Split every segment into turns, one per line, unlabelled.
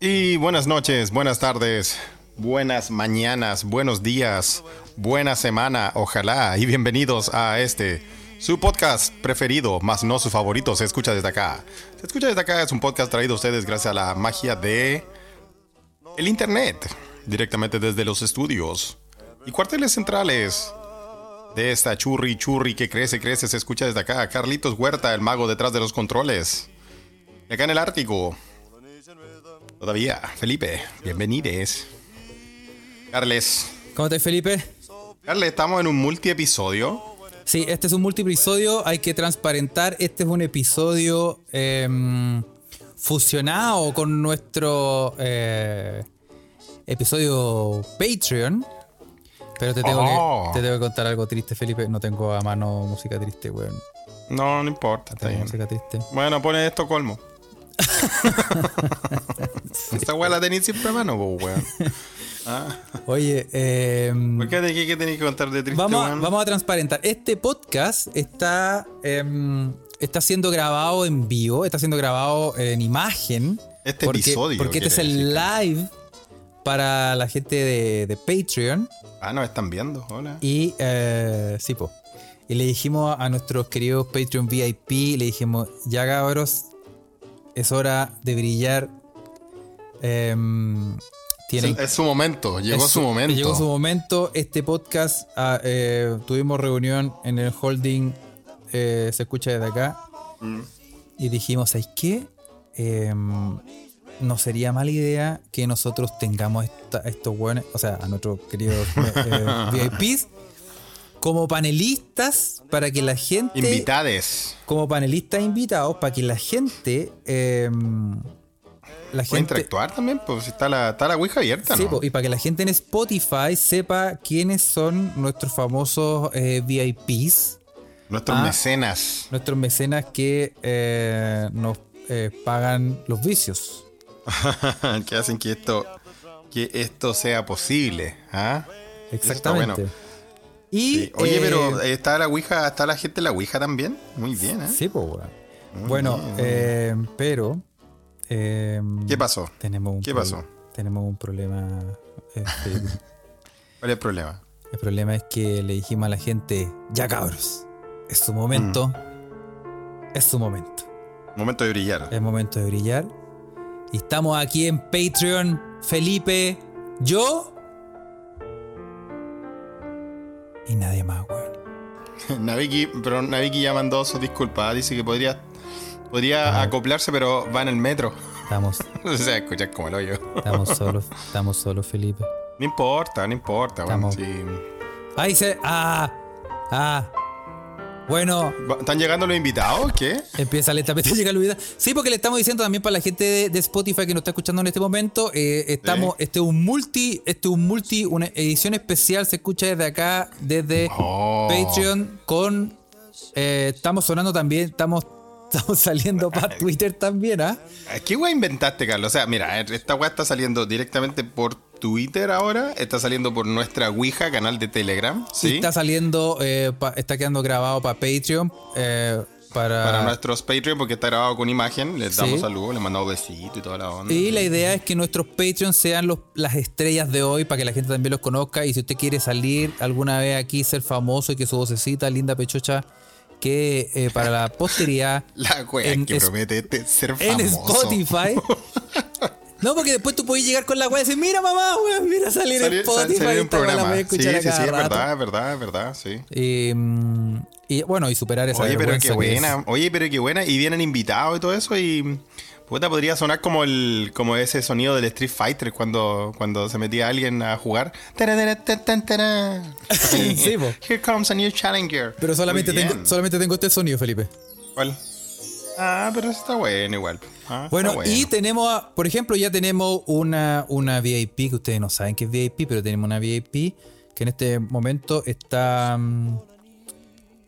Y buenas noches, buenas tardes, buenas mañanas, buenos días, buena semana, ojalá, y bienvenidos a este, su podcast preferido, más no su favorito, se escucha desde acá. Se escucha desde acá, es un podcast traído a ustedes gracias a la magia de el internet, directamente desde los estudios y cuarteles centrales de esta churri churri que crece, crece, se escucha desde acá. Carlitos Huerta, el mago detrás de los controles. Y acá en el Ártico. Todavía, Felipe, bienvenides. Carles.
¿Cómo estás, Felipe?
Carles, estamos en un multiepisodio.
Sí, este es un multiepisodio, hay que transparentar. Este es un episodio em, fusionado con nuestro eh, episodio Patreon. Pero te tengo,
Oh.
que, te tengo que contar algo triste, Felipe. No tengo a mano música triste, weón.
No, no importa,
No
está
tengo
bien.
música triste.
Bueno, pone Estocolmo. Esta weá la tenéis siempre a mano, po, weón.
Oye, em,
¿Por qué te- qué- qué tenéis que contar de triste,
vamos, a-
weón?
vamos a transparentar. Este podcast está, em, está siendo grabado en vivo, está siendo grabado en imagen.
Este
porque,
episodio,
Porque este es
quiere
el live para la gente de, de Patreon.
Ah, nos están viendo, hola.
Y eh, sí, po. Y le dijimos a nuestros queridos Patreon VIP, le dijimos, ya cabros, es hora de brillar. Em, tienen
Es su momento, llegó
es
su momento.
Llegó su momento. Este podcast ah, eh, tuvimos reunión en el holding. eh, se escucha desde acá. Y dijimos, ¿sabes qué? Em, no sería mala idea que nosotros tengamos esta- estos buenos, o sea, a nuestros queridos eh, VIPs como panelistas para que la gente
Invitades.
como panelistas invitados para que la gente em, la
Puede
gente
interactuar también, pues si está la, está la Ouija abierta,
Sí,
¿no?
po, y para que la gente en Spotify sepa quiénes son nuestros famosos eh, VIPs,
Nuestros
Ah.
mecenas.
nuestros mecenas que eh, nos eh, pagan los vicios.
que hacen que esto, que esto sea posible. ¿ah?
Exactamente.
bueno.
Y,
Sí. Oye,
eh,
pero eh, está la Ouija, está la gente en la Ouija también. Muy bien, ¿eh? Mm,
Sí, po, weón. Bueno,
bien.
eh, pero... eh,
¿Qué pasó?
Tenemos un
¿Qué
pro-
pasó?
Tenemos un problema. este,
¿Cuál es el problema?
el problema es que le dijimos a la gente, ya cabros, es su momento,
Mm.
es su momento.
Momento de brillar.
Es momento de brillar. Y estamos aquí en Patreon. Felipe, yo. Y nadie más, weón.
Naviki, pero Naviki ya mandó sus disculpas. Dice que podría,
Ah.
podría acoplarse, pero va en el metro.
Estamos,
o sea, escuchas como el hoyo.
estamos solos, estamos solos, Felipe.
No importa, no importa. bueno,
Estamos-
sí.
Ahí se. ¡Ah! ¡Ah! Bueno,
Va- ¿Están llegando los invitados? ¿Qué?
Empieza lentamente a llegar la vida. Sí, porque le estamos diciendo también para la gente de, de Spotify que nos está escuchando en este momento, eh, estamos, este es un multi, este es un multi, una edición especial se escucha desde acá, desde
Oh.
Patreon con, eh, estamos sonando también, estamos, estamos saliendo para Twitter también, ¿ah?
Eh, ¿Qué weá inventaste, Carlos? O sea, mira, esta weá está saliendo directamente por Twitter ahora, está saliendo por nuestra Ouija, canal de Telegram,
Y
¿sí?
está saliendo, eh, pa- está quedando grabado para Patreon, eh, para,
Para nuestros Patreon, porque está grabado con imagen, les damos
Sí.
saludos, les mandamos besitos y toda la onda.
Y la idea es que nuestros Patreons sean los- las estrellas de hoy para que la gente también los conozca. Y si usted quiere salir alguna vez aquí, ser famoso y que su vocecita linda pechocha que eh, para la posteridad
La weá
en
que
es-
promete este ser famoso.
en Spotify. No, porque después tú puedes llegar con la weá y decir, mira mamá, weón, mira salir en
Salir- sal-
Spotify.
salir un
esta weá la
programa.
voy
Sí,
a
sí,
escuchar a
sí,
cada
es
rato".
verdad, es verdad, es verdad, sí.
Y, mm, y, bueno, y superar esa
Oye, pero
vergüenza
qué
que es.
buena. Oye, pero qué buena. Y vienen invitados y todo eso. Y puta, podría sonar como el como ese sonido del Street Fighter cuando, cuando se metía alguien a jugar. Tararara, tan, tan, tará.
Sí, po.
Here comes a new challenger.
Pero solamente
Muy bien.
tengo, solamente tengo este sonido, Felipe.
¿Cuál? Ah, pero eso está bueno igual. Ah,
Bueno,
está
y tenemos, a- por ejemplo, ya tenemos una, una VIP, que ustedes no saben que es VIP, pero tenemos una VIP que en este momento está. mm,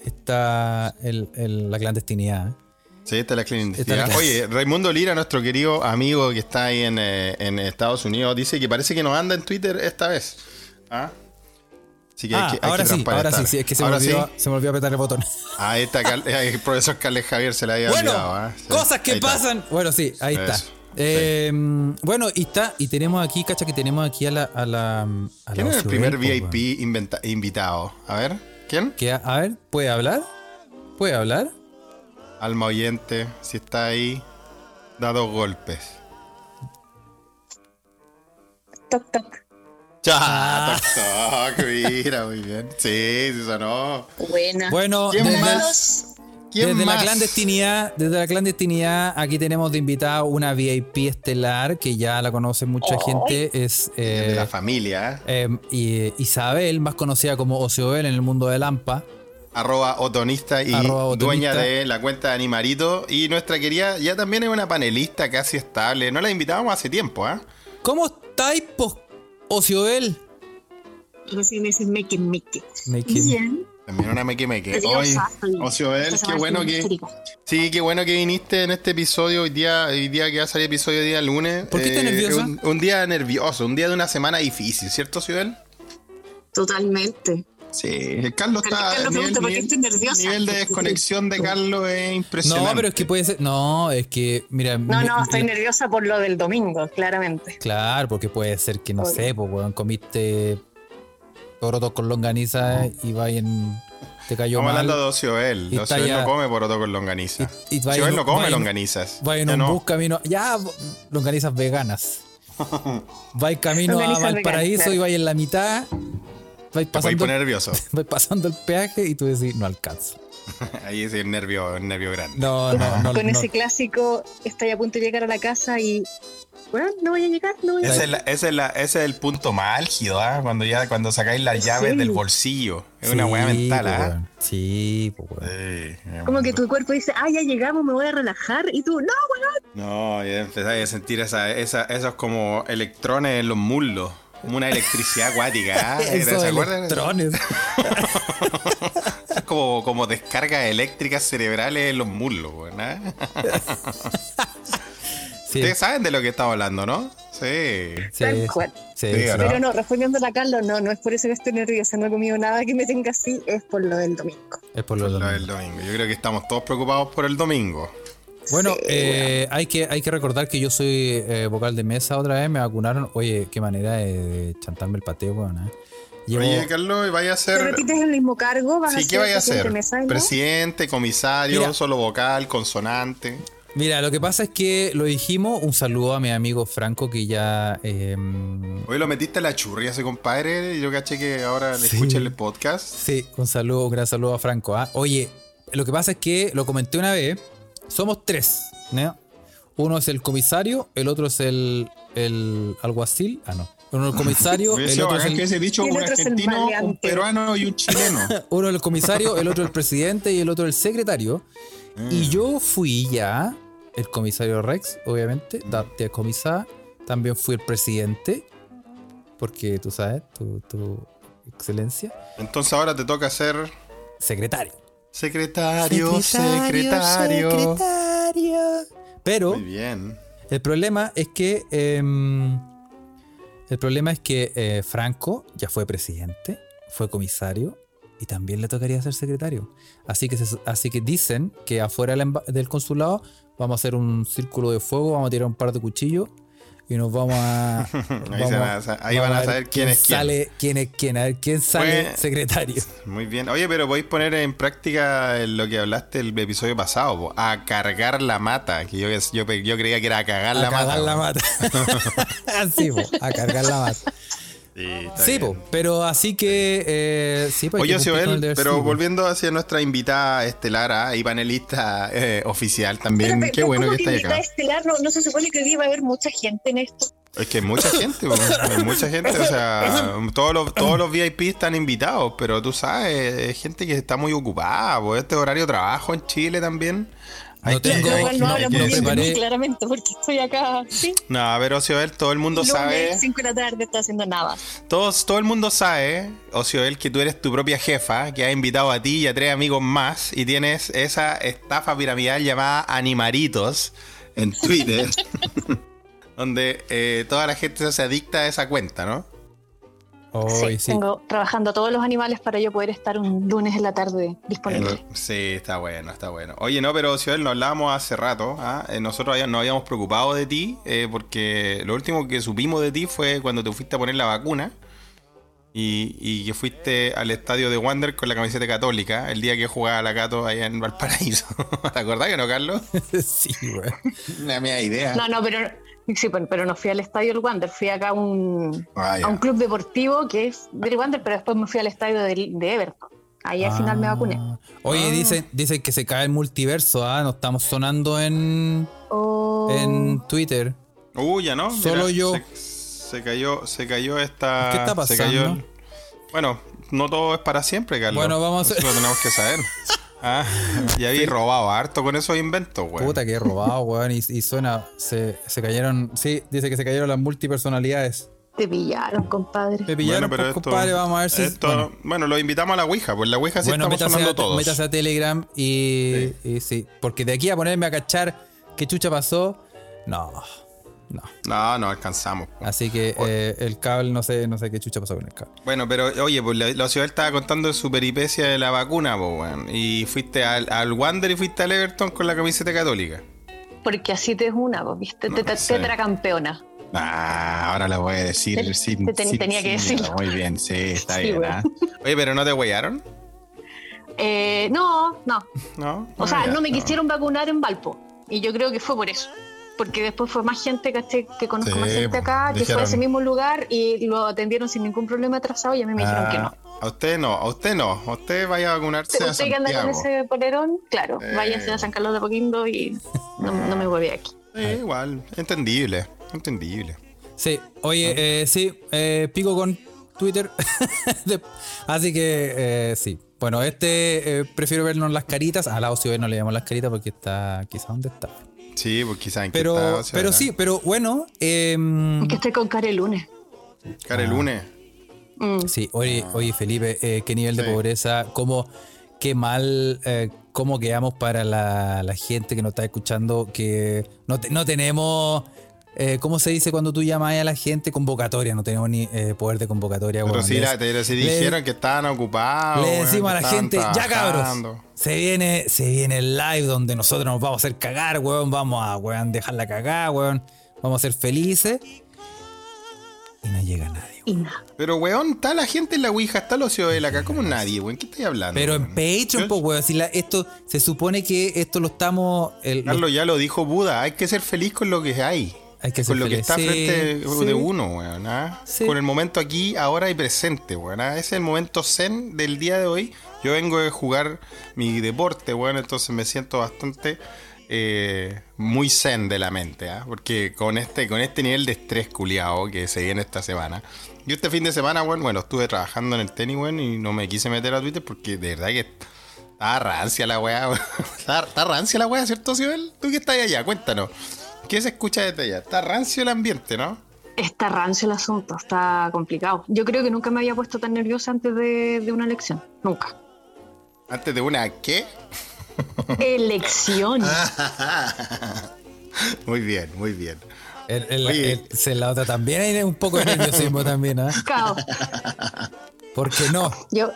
Está el- el- la clandestinidad. ¿eh?
Sí, está la
Está la
clandestinidad.
clase.
Oye, Raimundo Lira, nuestro querido amigo que está ahí en, eh, en Estados Unidos, dice que parece que nos anda en Twitter esta vez. ¿Ah? Así que hay
Ah,
que- hay que
ahora sí, ahora sí,
transparentar.
sí, es que se me,
Ahora sí.
olvidó,
Ah,
se me olvidó apretar el botón.
Ahí está, Cal- ahí el eh, profesor Carles Javier se la había
Bueno,
olvidado. ¿ah? Sí,
cosas que
ahí está.
pasan. Bueno, sí, ahí está.
Eso.
Eh, Bueno, y está, y tenemos aquí, cacha, que tenemos aquí a la. A la, a la
¿Quién es el
Ocioel,
primer
po,
VIP
weón.
inventa- invitado? A ver, ¿quién?
Que, a- a ver, ¿puede hablar? ¿Puede hablar?
Alma oyente, si está ahí, da dos golpes.
Toc, toc.
¡Cha! toc, toc, mira, Ah, muy bien. Sí, sí sonó.
Buena.
Bueno,
Ah. ¿Quién
desde-
Humanos,
¿Quién
desde
más?
la clandestinidad, desde la clandestinidad, aquí tenemos de invitada una VIP estelar que ya la conoce mucha
Ay.
gente, es
De la
eh,
familia, ¿eh?
eh, y- eh, Isabel, más conocida como Ocioel en el mundo de Lampa.
Arroba otonista y
Arroba otonista.
dueña de la cuenta de Animarito. Y nuestra querida, ya también es una panelista casi estable. No la invitábamos hace tiempo, ¿ah?
¿Cómo estáis, po- Ocioel?
Recién dices Meke Meke.
Me quedé-
Bien.
También una meque meque. Hoy,
nerviosa estoy.
Ocioel,
Esta
qué
semana
bueno
estoy
que.
histérica.
Sí, qué bueno que viniste en este episodio hoy día, hoy día que va a salir episodio día lunes. Eh,
¿Por qué estás nerviosa?
Un, un día nervioso, un día de una semana difícil, ¿cierto, Ciudad?
Totalmente.
Sí, el Carlos
Pero
está.
Carlos
el
pregunta, ¿por qué estoy nerviosa?
nivel de desconexión de Carlos es impresionante.
No, pero es que puede ser. No, es que, mira.
No,
mi-
no, estoy
mi-
nerviosa por lo del domingo, claramente.
Claro, porque puede ser que, no
Obvio.
sé, pues, weón, comiste porotos con longaniza y va y en- te cayó
Estamos
mal.
hablando de Ocioel.
Y está
Ocioel
ya-
no come poroto con longaniza.
Y- y va en
Ocioel
un-
no come
va en-
longanizas.
Va en
Ya
un
no.
bus camino. Ya, bo- longanizas veganas. Va en camino a
Longanizas veganas,
Valparaíso
claro.
y va en la mitad. Va
Te podéis
pasando,
poner nervioso.
vais pasando el peaje y tú decís, no alcanzo.
Ahí es el nervio, el nervio grande.
No, no, no.
Con
no.
ese clásico, estoy a punto de llegar a la casa y. Bueno, no voy a llegar, no voy a
Ese
llegar.
es, la- ese es la- ese es el punto más álgido, ¿ah? Cuando ya cuando sacáis las
¿En
llaves
serio?
del bolsillo. Es una
Sí,
weá mental,
po,
¿ah?
weón. Sí, po, weón.
Sí, es
Como
un-
que tu cuerpo dice, ah, ya llegamos, me voy a relajar. Y tú, no,
No, ya empezáis a sentir esa, esa- esos como electrones en los muslos. Como una electricidad acuática. ¿eh?
Esos
¿Se acuerdan?
electrones.
Esas Como, como descargas eléctricas cerebrales en los muslos, weón, ¿eh?
Sí,
Ustedes saben de lo que estamos hablando, ¿no? Sí.
sí,
Tal cual.
sí,
Sí,
sí.
¿o no?
Pero no, respondiéndole a Carlos, no, no es por eso que estoy nerviosa, no he comido nada que me tenga así, es por lo del domingo.
Es por los
Lo
domingos.
del domingo. Yo creo que estamos todos preocupados por el domingo.
Bueno,
Sí,
eh, hay, que, hay que recordar que yo soy eh, vocal de mesa otra vez, me vacunaron. Oye, qué manera de, de chantarme el pateo, weón. eh. Llevo-
Oye, Carlos, ¿y vaya a
¿Te
ser.
repites el mismo cargo? ¿Vas a
Sí,
ser
¿qué vaya a
presidente
ser?
Mesa, no?
Presidente, comisario,
Mira.
solo vocal, consonante.
Mira, lo que pasa es que lo dijimos, un saludo a mi amigo Franco que ya... eh,
Hoy lo metiste a la churria ese compadre. y Yo caché que ahora le
Sí.
escuché el podcast.
sí, un saludo, un gran saludo a Franco. ah. Oye, lo que pasa es que, lo comenté una vez, somos tres, ¿no? Uno es el comisario, el otro es el, el alguacil. Ah, no. Uno es el comisario, el
Hubiese
otro es
bacán
el...
que hubiese dicho
Y el
un
otro es el
argentino, un
maleante.
peruano y un chileno.
Uno el comisario, el otro el presidente y el otro el secretario.
Mm.
Y yo fui ya el comisario Rex, obviamente, da- de comisá. También fui el presidente, porque tú sabes, tu, tu excelencia.
Entonces ahora te toca ser
Secretario.
secretario, secretario.
secretario. Pero
Muy bien.
el problema es que. em, el problema es que eh, Franco ya fue presidente, fue comisario y también le tocaría ser secretario. Así que, se- así que dicen que afuera de la emba- del consulado vamos a hacer un círculo de fuego, vamos a tirar un par de cuchillos y nos vamos a.
Ahí, se van a, sa- ahí
vamos
van a
ver
saber quién es quién.
Sale, quién es quién, a ver quién sale
Pues-
secretario.
Muy bien. Oye, pero podéis poner en práctica lo que hablaste el episodio pasado, po. a cargar la mata, que yo, yo, yo creía que era a cagar
A
la
cargar
mata.
la
po.
mata. Así, po, a cargar la mata.
Sí, está
Sí,
bien.
po, pero así que. eh, sí, pues, hay
Oye,
que cumplir con el
Ocioel,
deber
pero
cívico.
volviendo hacia nuestra invitada estelar ah, y panelista eh, oficial
Pero,
también,
pero,
qué bueno
¿cómo
que está
invitada
acá.
estelar? No, no se supone que hoy día va a haber mucha gente en esto.
Es que hay mucha gente, po, hay mucha gente, o sea, todos los, todos los VIP están invitados, pero tú sabes, es gente que está muy ocupada, por este horario de trabajo en Chile también.
No tengo-
Lo
No,
cual
no,
no habla
yo
muy bien de
preparé-
mí, claramente, porque estoy acá. Sí,
No, a ver, Ocioel, todo el mundo sabe.
lunes, 5 de la tarde, estoy haciendo nada.
Todos, todo el mundo sabe, Ocioel, que tú eres tu propia jefa, que has invitado a ti y a tres amigos más y tienes esa estafa piramidal llamada Animaritos en Twitter, donde eh, toda la gente se hace adicta a esa cuenta, ¿no?
Hoy sí.
Tengo trabajando todos los animales para yo poder estar un lunes en la tarde disponible.
Sí, está bueno, está bueno. Oye, no, pero Ciudad, nos hablábamos hace rato. ¿ah? Eh, Nosotros había- nos habíamos preocupado de ti eh, porque lo último que supimos de ti fue cuando te fuiste a poner la vacuna y, y que fuiste al estadio de Wander con la camiseta católica el día que jugaba la Cato allá en Valparaíso. ¿Te acordás que no, Carlos?
sí, güey.
Una mía idea.
No, no, pero sí, pero pero no fui al estadio del Wander, fui acá a un,
Ah, ya.
a un club deportivo que es del Wander, pero después me fui al estadio del- de Everton. Ahí al final me vacuné.
Ah. Oye, dicen, dicen que se cae el multiverso, ah, no estamos sonando en,
Oh,
en Twitter.
Uy, ya no.
Solo yo.
Se, se cayó, se cayó esta.
¿Qué está
se
pasando?
cayó el- bueno, no todo es para siempre, Carlos.
Bueno, vamos a-
Eso lo tenemos que saber. Ah, ya habéis robado harto con esos inventos, güey.
Puta que he robado, weón. Y, y suena, se, se cayeron. Sí, dice que se cayeron las multipersonalidades.
te pillaron, compadre.
Me pillaron,
Bueno, pero
pues,
esto-
compadre, vamos a ver si.
esto-
bueno,
bueno. lo invitamos a la Ouija, pues la Ouija sí
bueno,
estamos
métase,
sonando
a,
todos.
métase a Telegram y y sí. Porque de aquí a ponerme a cachar qué chucha pasó, no. No.
No, no alcanzamos. pues. po.
Así que eh, el cable, no sé, no sé qué chucha pasó con el cable.
Bueno, pero oye, pues la, la ciudad estaba contando su peripecia de la vacuna, pues, güey. Y fuiste al, al Wander y fuiste al Everton con la camiseta católica.
Porque así te es una, vos, ¿viste?
No,
Te- te-
sí.
Tetracampeona.
Ah, ahora la voy a decir
Te-
sin-
te ten-
sin-
tenía que
sin miedo.
decirlo.
Muy bien, sí, está
Sí,
bien.
bueno.
¿ah? Oye, pero ¿no te huellaron?
Eh, no, no.
No. Ah,
O sea,
ya,
no me quisieron vacunar en Valpo. Y yo creo que fue por eso. Porque después fue más gente ¿cachai? que conozco
Sí,
más gente
pues,
acá, que fue
dijeron-
a ese mismo lugar y lo atendieron sin ningún problema atrasado y a mí me dijeron que no.
Ah, A usted no, a usted no. A usted vaya a vacunarse a
Usted que anda con
Santiago.
ese polerón, claro,
Eh.
váyanse a San Carlos de Apoquindo y no, no me hueve aquí.
Sí, igual, entendible, entendible.
Sí, oye, eh, sí, eh, pico con Twitter. De- Así que eh, sí. Bueno, este eh, prefiero vernos las caritas. A la ocio no le llamamos las caritas porque está quizá donde está.
Sí, pues quizás en
Pero,
qué estado se
pero
verá.
sí, pero bueno. em,
Es que estoy con cara el lunes.
Cara,
Ah,
el lunes.
Mm.
Sí, oye, oye Felipe, eh, qué nivel
Sí.
de pobreza, cómo, qué mal, eh, cómo quedamos para la, la gente que nos está escuchando, que no, te- no tenemos, eh, ¿cómo se dice cuando tú llamas a la gente? Convocatoria, no tenemos ni eh, poder de convocatoria.
Pero
weón.
si, la-
Les-
pero si
le-
dijeron que estaban ocupados.
le
weón,
decimos a
que
la
estaban
gente, ya cabros,
trabajando".
se viene, se viene el live donde nosotros nos vamos a hacer cagar, weón, vamos a weón, dejarla cagar, weón, vamos a ser felices. Y no llega nadie.
Y nada.
Pero weón, está la gente en la Ouija, está el ocio de él acá, como nadie, weón. ¿Qué estáis hablando?
Pero en
weón?
Patreon,
Yo-
pues, weón. Si la- esto se supone que esto lo estamos. el- lo-
Carlos ya lo dijo Buda, hay que ser feliz con lo que hay.
Hay que ser
con lo que
feliz.
está
Sí,
frente
sí.
de uno, weón. ¿ah?
Sí.
Con el momento aquí, ahora y presente, weón. ¿ah? Ese es el momento zen del día de hoy. Yo vengo de jugar mi deporte, weón, entonces me siento bastante eh, muy zen de la mente, ¿ah? Porque con este, con este nivel de estrés culiado que se viene esta semana. Yo este fin de semana, weón, bueno, estuve trabajando en el tenis, weón, y no me quise meter a Twitter porque de verdad que está rancia la weá, weón. Está, está rancia la weá, ¿cierto, Cibel? Tú que estás allá, cuéntanos. ¿Qué se escucha desde allá? Está rancio el ambiente, ¿no?
Está rancio el asunto, está complicado. Yo creo que nunca me había puesto tan nerviosa antes de, de una elección. Nunca.
Antes de una ¿qué?
Elección.
Ah. Muy bien, muy bien.
el- el-
Oye.
el- se- la otra también hay un poco de nerviosismo también, ¿ah?
Cao.
¿Por qué no?
Yo,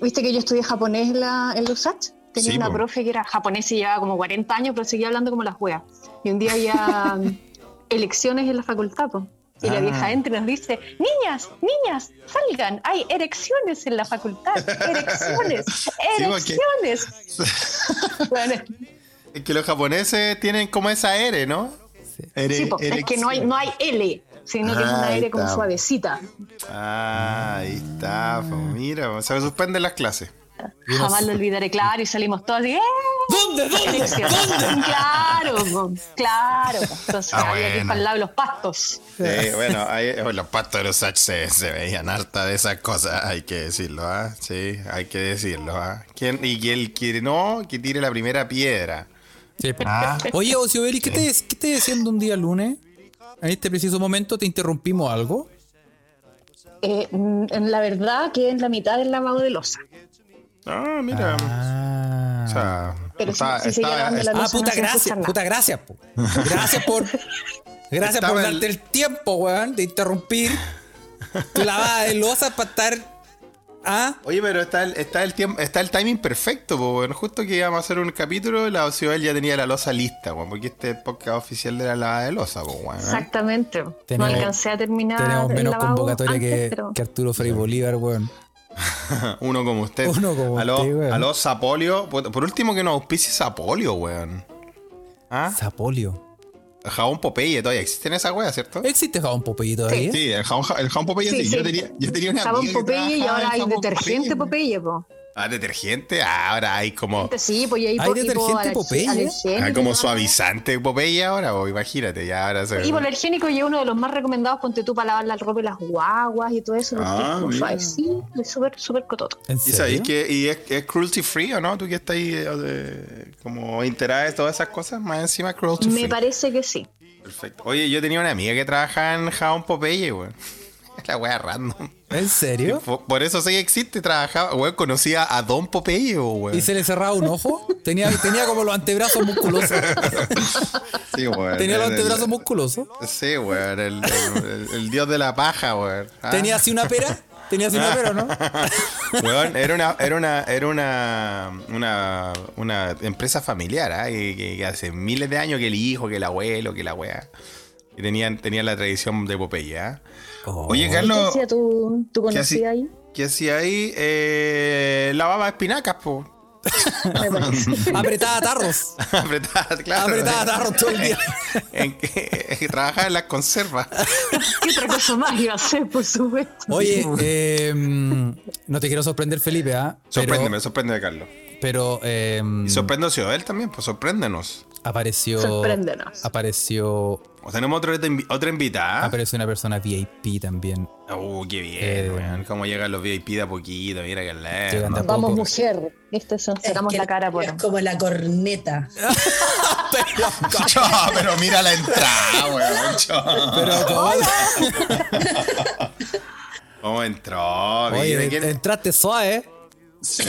viste que yo estudié japonés en la, en la USACH. Tenía
Sí,
una
po.
profe que era japonesa y llevaba como 40 años, pero seguía hablando como las weas. Y un día había mm, elecciones en la facultad, po. Y la
Ah.
vieja entra y nos dice, niñas, niñas, salgan, hay erecciones en la facultad, erecciones,
porque-
erecciones. Bueno,
Es que los japoneses tienen como esa R, ¿no? Ere-
sí, po, es que no hay,
erección.
no hay L, sino que es
Ah,
una
ahí
L como
está.
suavecita.
Ah, ahí está, po, mira, o sea, me suspenden las clases.
Jamás lo olvidaré, claro, y salimos todos así, ¡eh!
¿Dónde? ¿Dónde?
Elección. Claro, po, claro. po. Entonces
Ah,
había que ir
bueno.
para el lado de los pastos.
Sí, bueno, ahí- bueno, los pastos de los Sachs se, se veían harta de esas cosas, hay que decirlo, ¿ah? Sí, hay que decirlo, ¿ah? ¿Quién, y que el que no, que tire la primera piedra.
Sí, po.
Ah.
Oye, Ociobeli, ¿qué te, ¿qué te diciendo un día lunes? En este preciso momento te interrumpimos algo.
Eh, mm, en la verdad que en la mitad del lavado de losa.
Ah, mira.
Ah,
O sea,
Pero si-
estaba-
si sigue
estaba-
grabando la
estaba-
Ah,
no se-
puta
no se escucha
gracias,
nada.
puta gracias, po. Gracias por. Gracias
Estaba
por
el-
darte el tiempo, weón, de interrumpir Tú lavabas de losa para estar. ¿Ah?
Oye, pero está el, está el tiempo, está el timing perfecto, po, weón. Justo que íbamos a hacer un capítulo, la Ocioel ya tenía la losa lista, weón, porque este es el podcast oficial de la lavada de losa, po, weón. ¿eh?
Exactamente.
Tenemos-
no alcancé a terminar.
Tenemos
el
menos
lavabo
convocatoria
antes,
que,
pero-
que Arturo Frei Bolívar, weón.
Uno como usted.
Uno como
aló,
usted, weón.
Aló, Sapolio. Por, por último, que nos auspicie Sapolio, weón. ¿Ah?
Zapolio.
El jabón Popeye, todavía existen esas weas, ¿cierto?
¿Existe jabón Popeye todavía?
Sí, el jabón, el jabón Popeye.
Sí,
sí. Yo,
sí.
tenía, yo tenía una
Jabón
amiga que
Popeye y
trabajaba en
ahora hay
jabón
detergente Popeye, po.
Ah, detergente. Ah, ahora hay como,
Entonces, Sí, pues y ahí
Oh. ¿Hay
po-
detergente
y po-
Popeye?
alergénico
ah,
y
como
todo.
suavizante Popeye ahora, po, imagínate, ya ahora se.
Y polergénico y es uno de los más recomendados, ponte tú para lavar la ropa y las guaguas y todo eso, porque
Ah,
es como
mira.
suavecito y súper, súper cototo.
¿En
¿Y
serio?
sabéis que y es, es cruelty free o no? Tú que estás ahí eh, de- como interés todas esas cosas, más encima cruelty
Me
free.
parece que sí.
Perfecto. Oye, yo tenía una amiga que trabajaba en Jabón Popeye, weón. La wea random.
¿En serio?
Por, por eso sí existe, trabajaba, weón, conocía a Don Popeye, weón.
¿Y se le cerraba un ojo? Tenía, tenía como los antebrazos musculosos.
Sí, weón.
Tenía los
El- el-
antebrazos musculosos.
Sí, weón, el, el- el- el dios de la paja, weón. Ah.
¿Tenía así una pera? ¿Tenía así una pera, no?
Weón, era una, era una, era una, una, una empresa familiar, ¿ah? que, que- que hace miles de años que el hijo, que el abuelo, que la weá. Y tenían, tenían la tradición de Popeye, ¿ah?
Oh.
Oye,
¿Qué
Carlos,
hacía tu, tu
¿qué
conocida
hacía
ahí?
¿qué hacía ahí? Eh, lavaba espinacas, po.
Me parece.
Apretaba tarros.
Apretaba, claro.
Apretaba tarros todo el día.
En que- trabajaba en las conservas.
¿Qué otra cosa más iba a hacer, por supuesto?
Oye, eh, no te quiero sorprender, Felipe, ¿ah? Pero-
Sorpréndeme, sorpréndeme, Carlos.
Pero, eh,
Y sorpréndose a él también, pues sorpréndenos.
apareció.
Sorpréndenos.
Apareció.
O tenemos otro, invi- otra invitada.
Apareció Ah, una persona VIP también.
Uh, qué bien,
Eh,
weón. Cómo llegan los VIP de a poquito, mira que leer.
Llegan de a
Vamos,
poco.
mujer. Esto es,
Es
sacamos
que
la cara por.
Es como la corneta.
Chao, pero mira la entrada, weón. chao.
Pero, ¿cómo?
¿Cómo entró? Mira,
Oye, eh,
¿quién-
entraste suave. ¿eh?
Sí.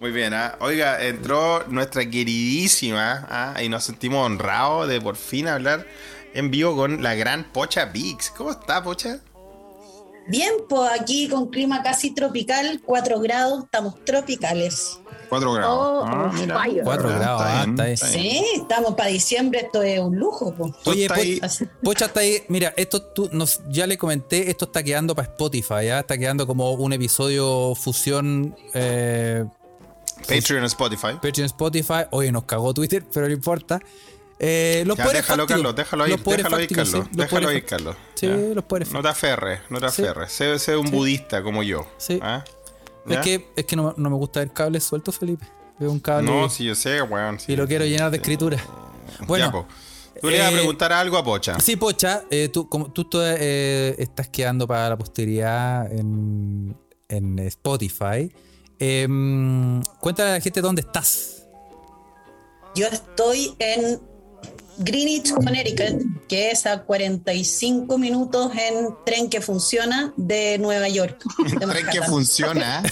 Muy bien, ¿ah? Oiga, entró nuestra queridísima, ¿ah? Y nos sentimos honrados de por fin hablar en vivo con la gran Pocha Vix. ¿Cómo está, Pocha?
Bien, pues aquí con clima casi tropical, 4 grados, estamos tropicales.
4 grados.
Oh,
Ah,
on
mira.
fire.
Cuatro
Ah,
grados,
está
ah,
bien,
está bien.
está bien.
Sí, estamos para diciembre, esto es un lujo. pues.
Tú
Oye,
estás
po-
ahí-
Así-
Pocha está ahí. Mira, esto tú, nos, ya le comenté, esto está quedando para Spotify, ¿ya? Está quedando como un episodio fusión eh,
Patreon, Spotify.
Patreon Spotify. Oye, nos cagó Twitter, pero no importa. Eh, los
Ya,
poderes
déjalo,
fácticos.
Carlos, déjalo
Los
ir,
poderes
déjalo ir,
fácticos, sí,
Carlos.
los
déjalo
poderes
ir, Carlos.
Sí,
Ya.
los poderes
No te aferres, no te
Sí.
aferres. Sé, sé un budista como yo.
Sí.
¿ah?
Es
¿Ya?
que, es que no, no me gusta ver cables sueltos, Felipe. Veo un cable
No,
y,
si yo sé, weón. sí.
y lo quiero llenar de escritura. Bueno,
Ya, po. Tú le ibas
eh,
a preguntar algo a Pocha.
Sí, Pocha, eh, tú, como, tú to- eh, estás quedando para la posteridad en, en Spotify. Em, cuéntale a la gente dónde estás.
Yo estoy en Greenwich, Connecticut, que es a 45 minutos en tren que funciona de Nueva York. de
Creen que
Manhattan.
funciona.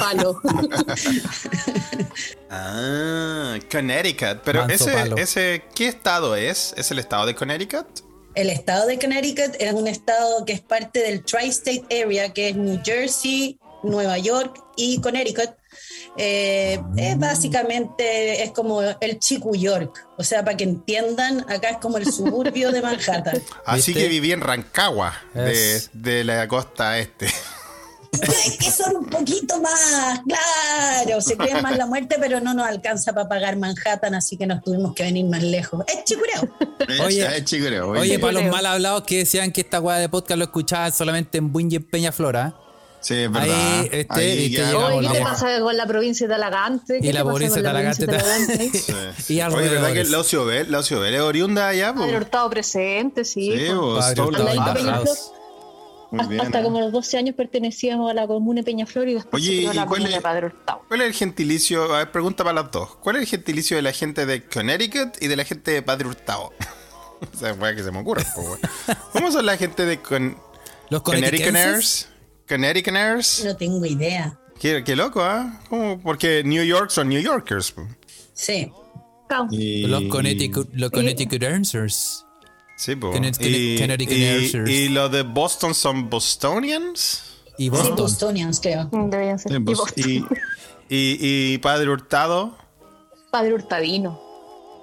Palo.
ah, Connecticut. Pero
Manso
ese,
palo.
ese, ¿qué estado es? ¿Es el estado de Connecticut?
El estado de Connecticut es un estado que es parte del Tri-State Area, que es New Jersey, Nueva York y Connecticut. Eh, es básicamente es como el Chico York, o sea, para que entiendan, acá es como el suburbio de Manhattan.
Así
¿Viste?
que viví en Rancagua, de,
Es.
de la costa este.
Hay que son un poquito más, claro, se cree más la muerte, pero no nos alcanza para pagar Manhattan, así que nos tuvimos que venir más lejos. Es Chicureo.
Oye,
Es chigureo,
Oye,
oye.
para los
Leo.
mal hablados que decían que esta weá de podcast lo escuchaban solamente en Buñi y en Peñaflora.
Sí, es verdad.
ahí, este,
Ahí
viste,
ya-
llegamos,
Oye, ¿qué te
vamos.
pasa con la provincia de Alagante? ¿Qué
Y la
te pasa
provincia
con
de Alagante
provincia de
también.
Alagante?
Sí. Oye,
y
¿verdad que
alrededores.
la Ociobel, la Ociobel es oriunda allá? po?
Padre Hurtado presente, sí.
Sí,
pues.
vos,
Padre
todo
Hurtado
lo-
Orlando,
Inda
Peña
House.
Flor.
Muy bien,
Hasta
¿eh?
como los 12 años pertenecíamos a la comuna de Peñaflor y después
Oye,
se creó
¿y
la
cuál
comuna
es-
de Padre Hurtado.
¿Cuál es el gentilicio? A ver, pregunta para las dos. ¿Cuál es el gentilicio de la gente de Connecticut y de la gente de Padre Hurtado? o sea, weá, que se me ocurre. po, weá. ¿Cómo son la gente de con
Los Connecticuters.
Connecticuters? Connecticuters.
No tengo idea.
Qué, qué loco, ¿ah? ¿Cómo? Porque New York son New Yorkers. po.
Sí.
Cao.
Los Connecticut, los Connecticuters.
Sí, po.
Connect-
y,
Connecticut
y,
Nurses.
y lo de Boston son Bostonians.
Y
Sí,
Boston.
Bostonians, creo.
Mm, Deberían ser.
Sí,
Y
Bos-
Boston.
y, y- y Padre Hurtado.
Padre Hurtadino.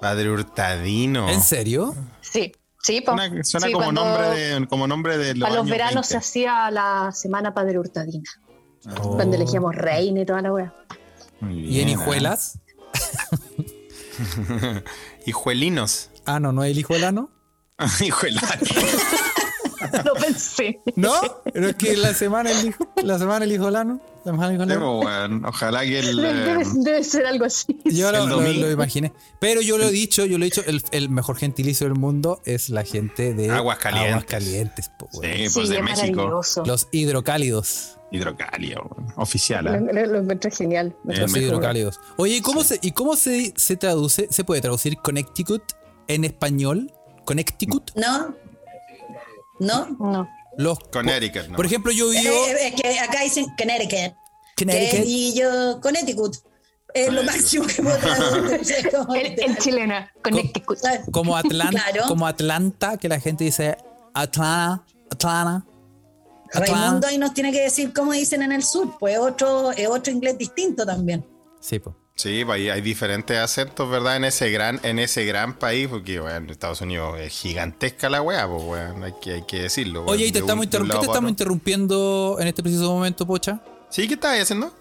Padre Hurtadino.
¿En serio?
Sí, sí, po.
Suena, suena
Sí,
como,
cuando
nombre de, como nombre de los
Para los
años 20.
veranos se hacía la semana Padre Hurtadina,
Oh.
cuando elegíamos reina y toda la wea.
Muy bien,
¿Y en
¿eh?
Hijuelas?
Hijuelinos.
Ah, no, no es el hijuelano.
Hijuelanos.
Lo pensé.
¿No? Pero es que la semana el hijo, la semana el hijolano, la semana el hijolano.
Ojalá que el.
Debe,
eh,
debe ser algo así.
Yo lo,
El
lo-
domingo.
lo imaginé. Pero yo lo he dicho, yo lo he dicho, el, el mejor gentilicio del mundo es la gente de
Aguascalientes.
Aguascalientes, po, weón.
Sí, pues de
es
México.
maravilloso.
Los hidrocálidos.
Hidrocalio. weón. Oficial.
Lo,
¿eh?
lo- lo encuentro genial.
Eh,
Los
mejor.
hidrocálidos. Oye, ¿y cómo, se, ¿y cómo se, se traduce? ¿Se puede traducir Connecticut en español? Connecticut.
¿No? ¿No?
No.
Los,
Connecticut, ¿no?
Por ejemplo, yo vivo
Eh, eh, es que acá dicen Connecticut. Que-
Connecticut.
y yo, Connecticut. Es lo máximo que puedo traducir. como
El, el
literal.
chilena, Connecticut.
¿Sabes?
Como Atlanta,
Claro.
como Atlanta, que la gente dice Atlanta, Atlanta.
Raimundo ahí nos tiene que decir cómo dicen en el sur, pues otro, es otro inglés distinto también.
Sí, po.
Sí, pues, hay hay diferentes acentos, ¿verdad? En ese gran, en ese gran país, porque bueno, Estados Unidos es gigantesca la weá, pues weón, hay que, hay que decirlo. weón,
Oye, y
de
te estamos,
un- de un
interrum- ¿qué
lado
te
para otro.
estamos interrumpiendo en este preciso momento, Pocha?
Sí, ¿qué estás haciendo?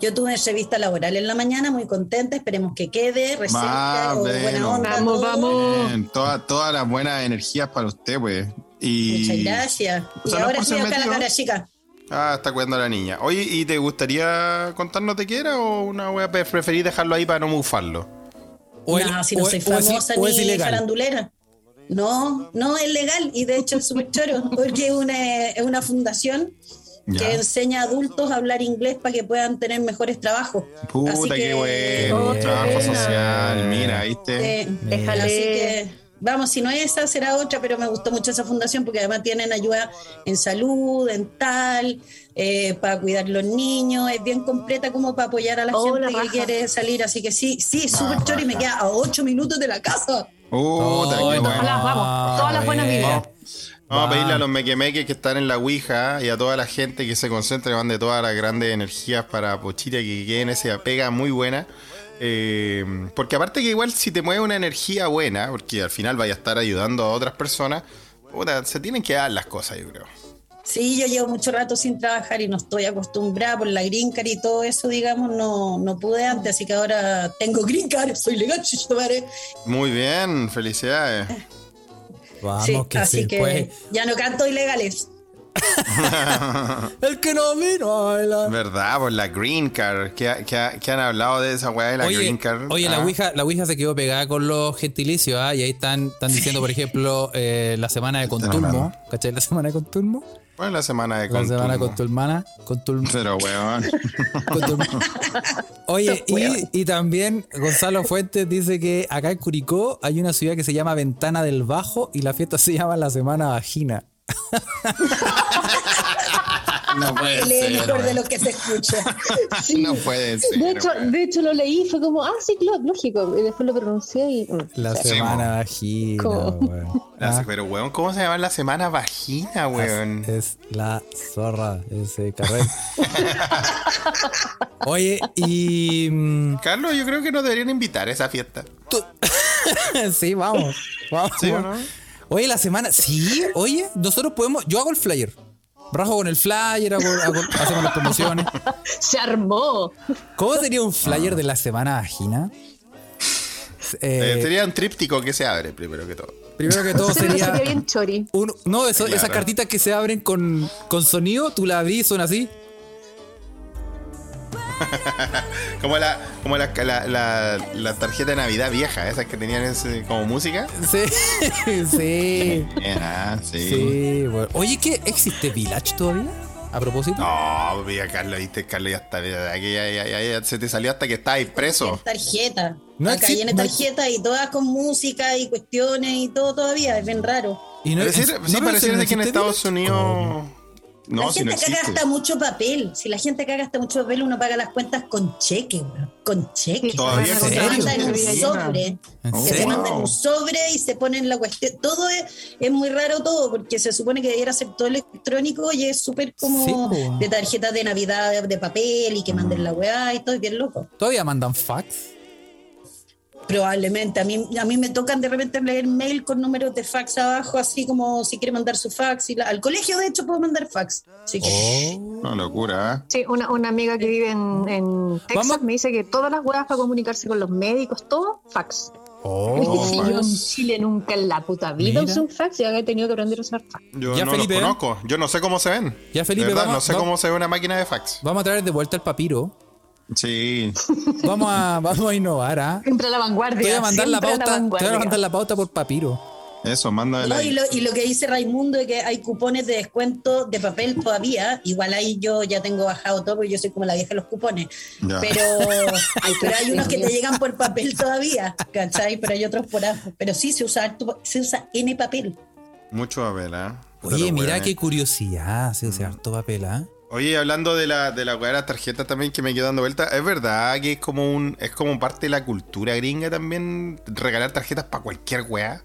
Yo tuve entrevista laboral en la mañana, muy contenta, esperemos que quede, reseca,
Va,
Pues o
Ah, bueno.
buena onda.
Vamos,
todo.
vamos.
Bien, toda- todas las buenas energías para usted, pues.
Muchas
Y.
gracias.
O
Y
sea, no
ahora
por
sí,
ser
acá la
metido.
cara chica.
Ah, está cuidando a la niña. Oye, ¿y te gustaría contarnos de qué era o una weá pre- preferís dejarlo ahí para no mufarlo?
no, si no soy famosa
o
ni
es ilegal.
farandulera. No, no, es legal y de hecho es súper choro, porque es una, es una fundación
Ya.
que enseña a adultos a hablar inglés para que puedan tener mejores trabajos. Así
Puta, qué
que-
bueno.
Qué
Trabajo
buena.
social, mira, ¿viste?
Sí.
Déjale.
eh, Así que vamos, si no esa, será otra, pero me gustó mucho esa fundación porque además tienen ayuda en salud, dental, eh, para cuidar los niños, es bien completa como para apoyar a la
Oh, la
gente que
raja.
quiere salir, así que sí, sí,
La
súper choro y me
raja.
queda a ocho minutos de la casa.
Puta, qué
Oh,
bueno.
Ojalá,
Ah,
vamos. Todas las buenas
bien.
vidas.
Vamos a
Va.
pedirle a los mequemeques que están en la Ouija y a toda la gente que se concentre, mande todas las grandes energías para Pochita que quede en esa pega muy buena. Eh, porque aparte que igual si te mueve una energía buena, porque al final vaya a estar ayudando a otras personas, puta, se tienen que dar las cosas, yo creo.
Sí, yo llevo mucho rato sin trabajar y no estoy acostumbrada por la green card y todo eso, digamos, no, no pude antes, así que ahora tengo green card, soy legal, chuchu, madre.
Muy bien, felicidades.
Vamos,
Sí,
que pues.
así
se
que
puede.
ya no canto ilegales.
El que no vino baila.
¿Verdad? Pues la Green Card. ¿Qué, ha- qué ha- qué han hablado de esa weá de la Green
Oye,
Card?
oye la,
Ah,
ouija, la Ouija se quedó pegada con los gentilicios, ¿ah? y ahí están, están diciendo, por ejemplo, eh, la semana de Contulmo. ¿Cachai? La semana de Contulmo.
¿Cuál es la semana de
La semana de
Contulmo?
Contulmana. Contulmo.
Pero weón.
Contra- Pues Oye, y, y también Gonzalo Fuentes dice que acá en Curicó hay una ciudad que se llama Ventana del Bajo y la fiesta se llama La Semana Vagina.
No
Eh,
puede
Lee el
ser.
mejor de
weón.
lo que se escucha.
Sí.
Ah, No puede ser.
de, hecho,
weón.
de hecho, lo leí y fue como, ah, sí, claro, lógico. Y después lo pronuncié y. mm,
La
sí.
Semana Vagina.
¿Cómo?
weón.
La se-
Ah,
pero, weón, ¿cómo se llama la semana vagina, weón?
Es la zorra ese carrete. Oye, y. mm,
Carlos, yo creo que nos deberían invitar a esa fiesta.
Sí, vamos. vamos.
¿Sí o no?
Oye, la semana. Sí, oye, nosotros podemos. Yo hago el flyer. Rajo con el flyer, hago- hago- hacemos las promociones.
Se armó.
¿Cómo sería un flyer de la semana vagina? Eh,
Eh, sería un tríptico que se abre, primero que todo.
primero que todo
Pero
sería.
sería bien chori.
un- no, eso-
Claro.
esas cartitas que se abren con, con sonido, tú la abrís, son así.
Como la, como la, la, la- la tarjeta de Navidad vieja, esas que tenían ese- como música.
Sí, sí.
Bien, ah, sí.
sí bueno. Oye, ¿qué existe Village todavía? A propósito.
No, mira, Carlos, viste, Carlos, ya está. ya- ya- ya- ya- ya- ya se te salió hasta que estabas preso.
Tarjeta.
No
Acá
exi-
viene
no-
tarjeta y todas con música y cuestiones y todo todavía, es bien raro.
Y no-
Pareciera-
¿no
sí,
parece-
pareciera
no
que en
existe
Estados
Village?
Unidos. No,
la
si no
gente caga
existe.
hasta mucho papel. Si la gente caga hasta mucho papel, uno paga las cuentas con cheque, weón. Con cheque.
Sí,
Todavía
bueno,
se
existe.
manda en
¿En
un
serio?
sobre.
¿En
Oh,
Que se
wow.
serio?
manda en un sobre y se pone en la cuestión. Todo es, es muy raro todo, porque se supone que debiera ser todo electrónico y es súper
Sí,
como
po.
de tarjetas de Navidad, de, de papel y que manden la weá y todo, es bien loco.
¿Todavía mandan fax?
Probablemente. A mí, a mí me tocan de repente leer mail con números de fax abajo, así como si quiere mandar su fax. Y la- al colegio, de hecho, puedo mandar fax. Así que,
Oh.
No, locura, ¿eh?
Sí, una, una amiga que vive en, en Texas
Vamos.
me dice que todas las huevas para comunicarse con los médicos, todo, fax.
Oh.
si
fax.
yo en Chile nunca en la puta vida
Mira.
usé un fax y ahora he tenido que aprender a usar fax.
Yo
Ya,
no
Felipe.
los conozco. Yo no sé cómo se ven.
Ya, Felipe,
De verdad,
vamos-
no sé
va-
cómo se ve una máquina de fax.
Vamos a traer de vuelta el papiro.
Sí.
Vamos a, vamos a innovar, ¿ah?
Siempre a la vanguardia.
Te voy a mandar la
siempre a
pauta, te voy
vanguardia.
a mandar la pauta por papiro.
Eso, manda
No, y, lo, y lo que dice Raimundo es que hay cupones de descuento de papel todavía. Igual ahí yo ya tengo bajado todo porque yo soy como la vieja de los cupones.
Ya.
Pero, pero hay unos que te llegan por papel todavía, ¿cachai? Pero hay otros por abajo. Pero sí, se usa, harto- se usa N papel.
Mucho papel, ¿eh? De
Oye,
los
mira
hueones.
qué curiosidad. Se usa harto papel, ¿ah?
Oye, hablando de la de la weá de la tarjeta también que me quedó dando vuelta, es verdad que es como un es como parte de la cultura gringa también regalar tarjetas para cualquier weá.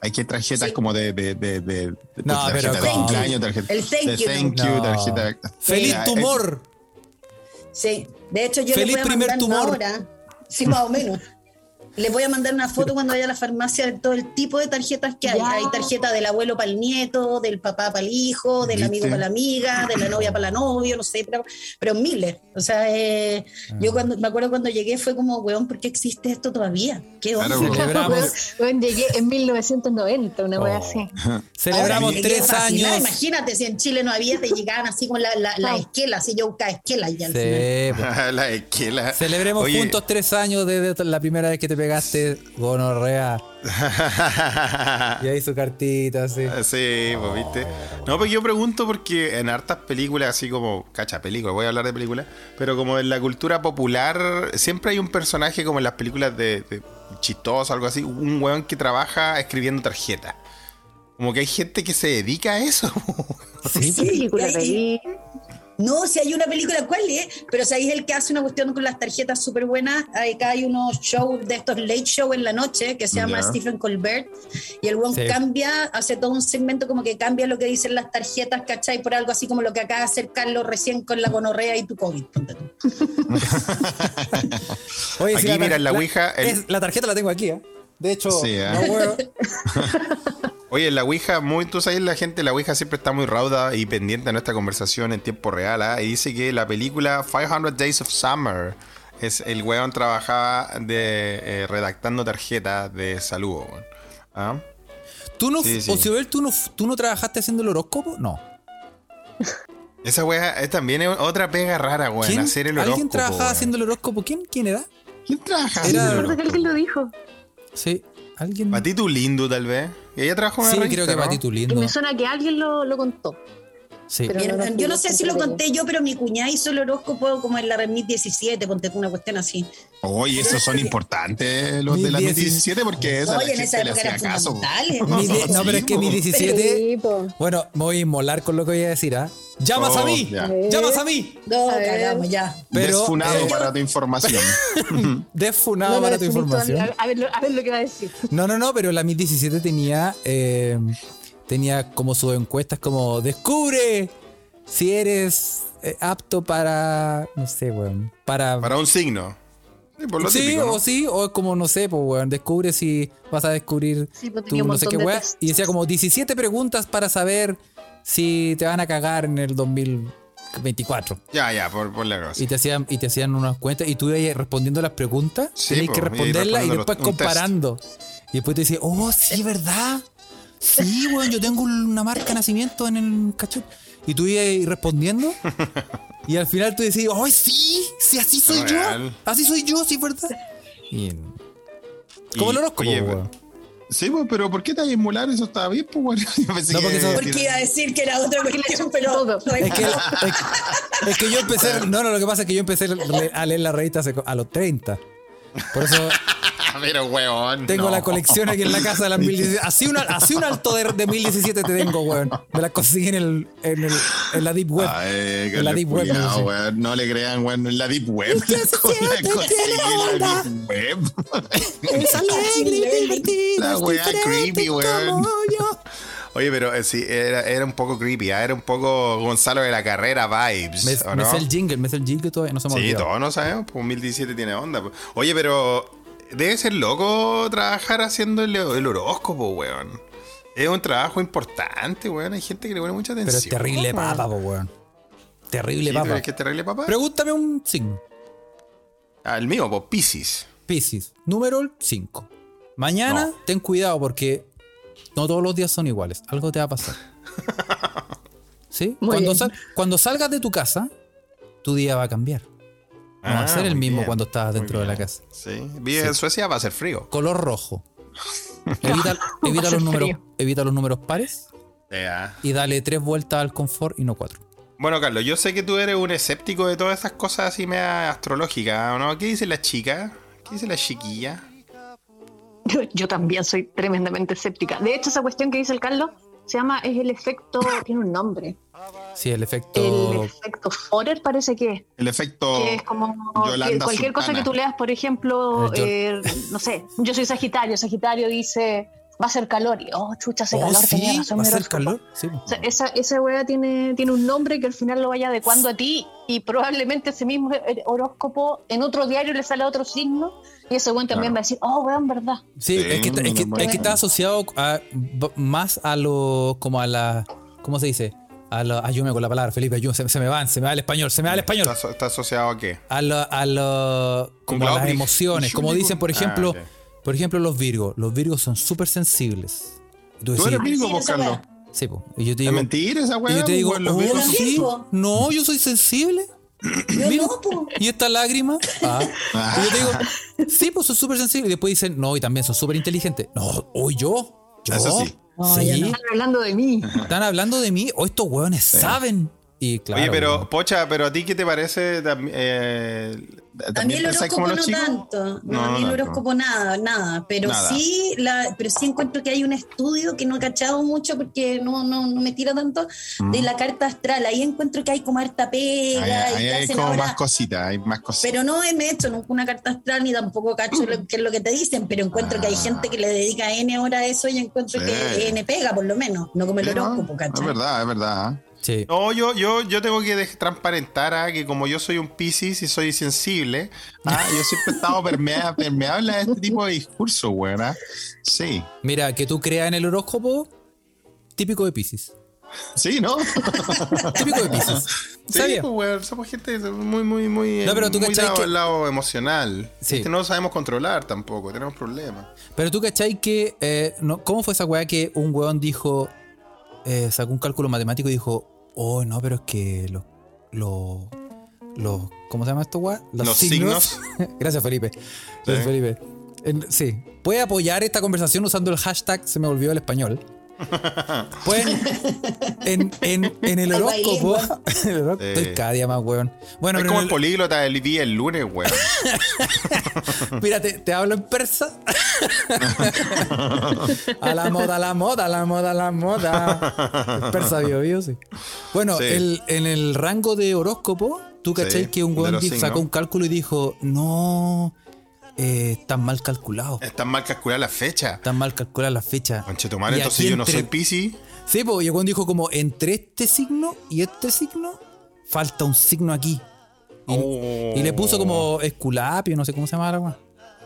Hay que tarjetas como de, de, de, de- de-
No,
tarjeta
pero
de
¿cómo?
cumpleaños, tarjeta
El thank
de
you.
thank you,
No.
tarjeta.
¡Feliz
Ya, es-
tumor!
Sí, de hecho yo
Feliz
le voy a
primer
mandar
tumor.
una hora, sí, más o menos. Le voy a mandar una foto cuando vaya a la farmacia de todo el tipo de tarjetas que hay.
Ya.
Hay tarjeta del abuelo para el nieto, del papá para el hijo, del amigo
¿Viste?
para la amiga, de la novia para la novio, no sé, pero, pero miles. O sea, eh, yo
Ah.
cuando me acuerdo cuando llegué fue como, weón, ¿por qué existe esto todavía? ¿Qué
Claro,
onda?
weón.
Celebramos.
Bueno, llegué en 1990, una wea
Oh.
así.
Celebramos
Ahora llegué
tres
fascinada,
años.
Imagínate, si en Chile no había, te llegaban así con la, la, la esquela, así yo buscaba esquela y al final.
Sí, po.
eh, la esquela.
Celebremos
Oye,
juntos tres años desde la primera vez que te pegaste gonorrea. Y ahí su cartita, así.
Sí, pues viste. No, pero yo pregunto porque en hartas películas, así como, cacha, película, voy a hablar de películas, pero como en la cultura popular, siempre hay un personaje como en las películas de, de chistoso, algo así, un weón que trabaja escribiendo tarjetas. Como que hay gente que se dedica a eso.
Sí,
Sí,
Película
y-
de ahí.
No, si hay una película, ¿cuál es? Pero sabéis el que hace una cuestión con las tarjetas súper buenas. Acá hay unos shows de estos late show en la noche que se llama
Ya.
Stephen Colbert. Y el one
Sí.
cambia, hace todo un segmento como que cambia lo que dicen las tarjetas, ¿cachai? Por algo así como lo que acaba de hacer Carlos recién con la gonorrea y tu COVID. ponte tú.
Oye,
Aquí, mira, en la
tar-
Ouija, el-
es- la tarjeta la tengo aquí, ¿eh? De hecho,
Sí, ¿eh?
no huevo.
Oye, en la Ouija, muy, tú sabes, la gente, la Ouija siempre está muy rauda y pendiente a nuestra conversación en tiempo real, ¿ah? Y dice que la película 500 Days of Summer es el weón trabajaba de, eh, redactando tarjetas de saludo, weón. ¿Ah?
¿Tú no,
Sí, sí.
Ocioel, ¿tú no, ¿tú no trabajaste haciendo el horóscopo? No.
Esa weá es también es otra pega rara, weón.
¿Quién-
Hacer el
¿Alguien
horóscopo,
trabajaba
weón.
haciendo el horóscopo? ¿Quién, quién era?
¿Quién trabaja
Era-
haciendo el
Recuerdo que
horóscopo?
alguien lo dijo.
Sí, alguien.
Patito Lindo, tal vez. Ella trabajó en una
Sí,
revista,
creo que
¿no?
Patito
Y
Lindo.
me suena que alguien lo, lo contó.
Sí.
Pero
Mi
no lo
hermano- yo no
tuve,
sé si lo
siempre
conté yo, pero mi cuñada hizo el horóscopo como en la Remit 17, ponte tú una cuestión así.
Oye, esos son importantes los de la 17
1017,
porque esa
Oye, en
la
esa
gente le
época
hacía
eran
caso.
fundamentales.
Mi de- no,
Sí,
pero es que mi
po.
17.
Sí, po.
Bueno, me voy a inmolar con lo que voy a decir, ¿ah? ¡Llamas a
Oh,
mí!
ya.
¡Llamas a mí!
No,
A ver.
cagamos ya.
Pero,
Desfunado
eh,
para tu información.
Desfunado
No, no,
para tu
definito,
información.
A, a ver, lo- a ver lo que va a decir.
No, no, no, pero la Mi 17 tenía, eh, tenía como sus encuestas como descubre si eres eh, apto para, no sé, weón, para...
Para un signo. Sí, por lo
sí,
típico, ¿no?
o sí, o es como, no sé, pues, weón, descubre si vas a descubrir
Sí, pues tenía
tú
un
no sé
montón
qué
de
weón.
test.
Y decía como 17 preguntas para saber si te van a cagar en el 2024.
Ya, ya, por, por la cosa.
Y te hacían, y te hacían unas cuentas y tú ibas respondiendo las preguntas,
Sí,
tenías que
po, y
responderlas y,
respondiendo
después
los- un test.
comparando. Y después te decía, oh, sí, ¿verdad? Sí, weón, yo tengo una marca de nacimiento en el cachete. Y tú ibas respondiendo. Y al final tú decías, oh, sí, sí, así soy
Real.
yo. Así soy yo, sí, ¿verdad? Y-
Y-
como el horóscopo,
oye,
weón.
Sí, pues, pero ¿por qué te vas a inmolar? Eso está bien, pues, bueno. Yo pensé
No, porque
que-
eso-
Porque iba a decir que era otra
le
cuestión,
echó
pero
todo.
no
Es que,
era.
es que- es que yo empecé. No, no, lo que pasa es que yo empecé a leer la revista hace co- a los 30. Por eso.
"Ah, Pero, weón.
Tengo
no.
la colección aquí en la casa de las 1017. Así un, así un alto de, de 1017 te tengo, weón. Me las conseguí en, el, en, el, en la Deep Web.
Ay,
En la
qué
Deep Web,
culiao,
no sé.
weón. No le crean, weón. En la Deep Web.
¿Y qué
La
se
co- la
siente?
conseguí en la Deep Web.
Es alegre y divertido.
La
es
weá
diferente
creepy, weón.
como yo.
Oye, pero eh, sí, era, era un poco creepy. ah, Era un poco Gonzalo de la Carrera vibes.
Me,
¿o
me
no?
sé el jingle, me sé el jingle todavía, no se me
Sí,
olvidó.
todos no sabemos. Pues 2017 tiene onda. pues. Oye, pero debe ser loco trabajar haciendo el, el horóscopo, weón. Es un trabajo importante, weón. Hay gente que le pone mucha
Pero
atención.
es terrible
weón.
papa, po, weón. Terrible
Sí, ¿tú
papa.
crees que es terrible papá?
Pregúntame un signo.
Ah, el mío, pues Pisces.
Piscis, número 5. Mañana
No.
ten cuidado porque no todos los días son iguales. Algo te va a pasar. ¿Sí?
Muy
Cuando,
bien.
sal- cuando salgas de tu casa, tu día va a cambiar. No va
Ah,
a ser el
muy
mismo
bien,
cuando estabas
muy
dentro de la
bien.
casa.
Sí. Vive en Suecia, va a ser frío.
Color rojo. Evita, evita
Va a ser
los números,
frío.
evita los números pares
Ya.
y dale tres vueltas al confort y no cuatro.
Bueno, Carlos, yo sé que tú eres un escéptico de todas estas cosas así media astrológicas, ¿o ¿no? ¿Qué dice la chica? ¿Qué dice la chiquilla?
Yo, yo también soy tremendamente escéptica. De hecho, esa cuestión que dice el Carlos se llama, es el efecto, tiene un nombre.
Sí, el efecto.
El efecto Forer parece que es.
El efecto.
Oh.
que es como que
Yolanda
cualquier cosa
Sultana.
que tú leas, por ejemplo,
Eh, yo-
eh, no sé, yo soy Sagitario, Sagitario dice va a ser calor y oh, chucha, hace
Oh,
calor, tenía
sí,
razón,
va a
mi
ser
horóscopo.
calor. Sí.
O sea, esa, esa wea tiene, tiene un nombre que al final lo vaya adecuando a ti y probablemente ese mismo eh, horóscopo en otro diario le sale a otro signo y ese weón también
Claro.
va a decir, oh weón, verdad.
Sí,
Sí, es, que, está- es, que,
normal.
es que está asociado a- b- más a lo. como a la. ¿Cómo se dice? A la, ayúdame con la palabra, Felipe, ayúdame, se, se me van, se me va el español, se me va el español.
¿Está, aso- está asociado a qué?
A, la- a la- como a las
Glaubric.
emociones. Como dicen, por
Ah,
ejemplo,
ok.
por ejemplo, los virgos. Los virgos son súper sensibles. Y tú
Tú
decís,
eres Virgo,
sí,
vos,
esa
Carlos.
sí, po. Y yo te
Pues Es
digo,
mentira esa
y
weá.
yo te digo,
weón, los
"Oh,
Virgos
son-
sí,
Virgo.
no, yo soy sensible.
Yo
Mira.
no, po.
¿Y esta lágrima? Ah. Y yo te digo, sí, pues son súper sensibles. Y después dicen, no, y también son súper inteligentes. No, hoy yo. Yo.
Eso sí.
No,
Sí,
ya no.
Están hablando de mí.
Están hablando de mí. O estos hueones saben. Y claro.
Oye,
weón.
pero, Pocha, pero a ti qué te parece? Tam- eh,
A mí
¿También
el
pensás
horóscopo
como
no
los chicos?
tanto, no,
No,
a mí el
no, no.
horóscopo nada, nada, pero
Nada.
sí la, pero sí encuentro que hay un estudio que no he cachado mucho porque no, no, no me tira tanto de la carta astral, ahí encuentro que hay como harta pega
Mm. Ahí,
y
ahí
que
hay
hacen
como
ahora-
más cositas, hay más cositas.
pero no me he hecho nunca una carta astral ni tampoco cacho lo- qué es lo que te dicen, pero encuentro que hay
Mm. Ah.
gente que le dedica N horas a eso y encuentro
Sí.
que N pega por lo menos, no como el
Sí, no,
horóscopo,
es
¿cachai?
verdad, es verdad.
Sí.
No, yo, yo, yo tengo que de- transparentar a que como yo soy un Piscis y soy sensible, ah, yo siempre he estado permea- permeable a este tipo de discurso, weón. ah. Sí.
Mira, que tú creas en el horóscopo, típico de Pisces.
Sí, ¿no?
Típico de Pisces.
Sí,
¿Sabía?
pues, weón, somos gente muy, muy, muy.
No, pero tú
muy
cachai
lado,
que-
lado emocional.
Sí.
Este, no lo sabemos controlar tampoco, tenemos problemas.
Pero tú cachai que. eh, no, ¿Cómo fue esa weá que un weón dijo. eh, sacó un cálculo matemático y dijo. Oh, no, pero es que los. los. los- ¿Cómo se llama esto, weá?
Los
Gracias, Felipe. Gracias,
Sí.
Felipe. En- sí. Puede apoyar esta conversación usando el hashtag se me olvidó el español. Pueden. En, en- en el
El
horóscopo. el horó-
Sí.
Estoy cada día más, weón. Bueno,
es
pero
como
en
el políglota el día el lunes, weón.
el- mira, te- te hablo en persa. A la moda, a la moda, a la moda, a la moda. El Persa bio, bio, sí. Bueno,
Sí.
el- en el rango de horóscopo, tú cachai
Sí,
que un
de
weón
los
di-
signos.
sacó un cálculo y dijo, no, eh, están mal calculado.
Están mal calculadas las fechas.
Están mal calculadas las fechas.
Conchetumar,
Y
entonces
aquí
yo no soy
entre-
Piscis.
Sí, pues, y el weón dijo como, entre este signo y este signo, falta un signo aquí. Y,
Oh.
y le puso como esculapio, no sé cómo se llama la weá.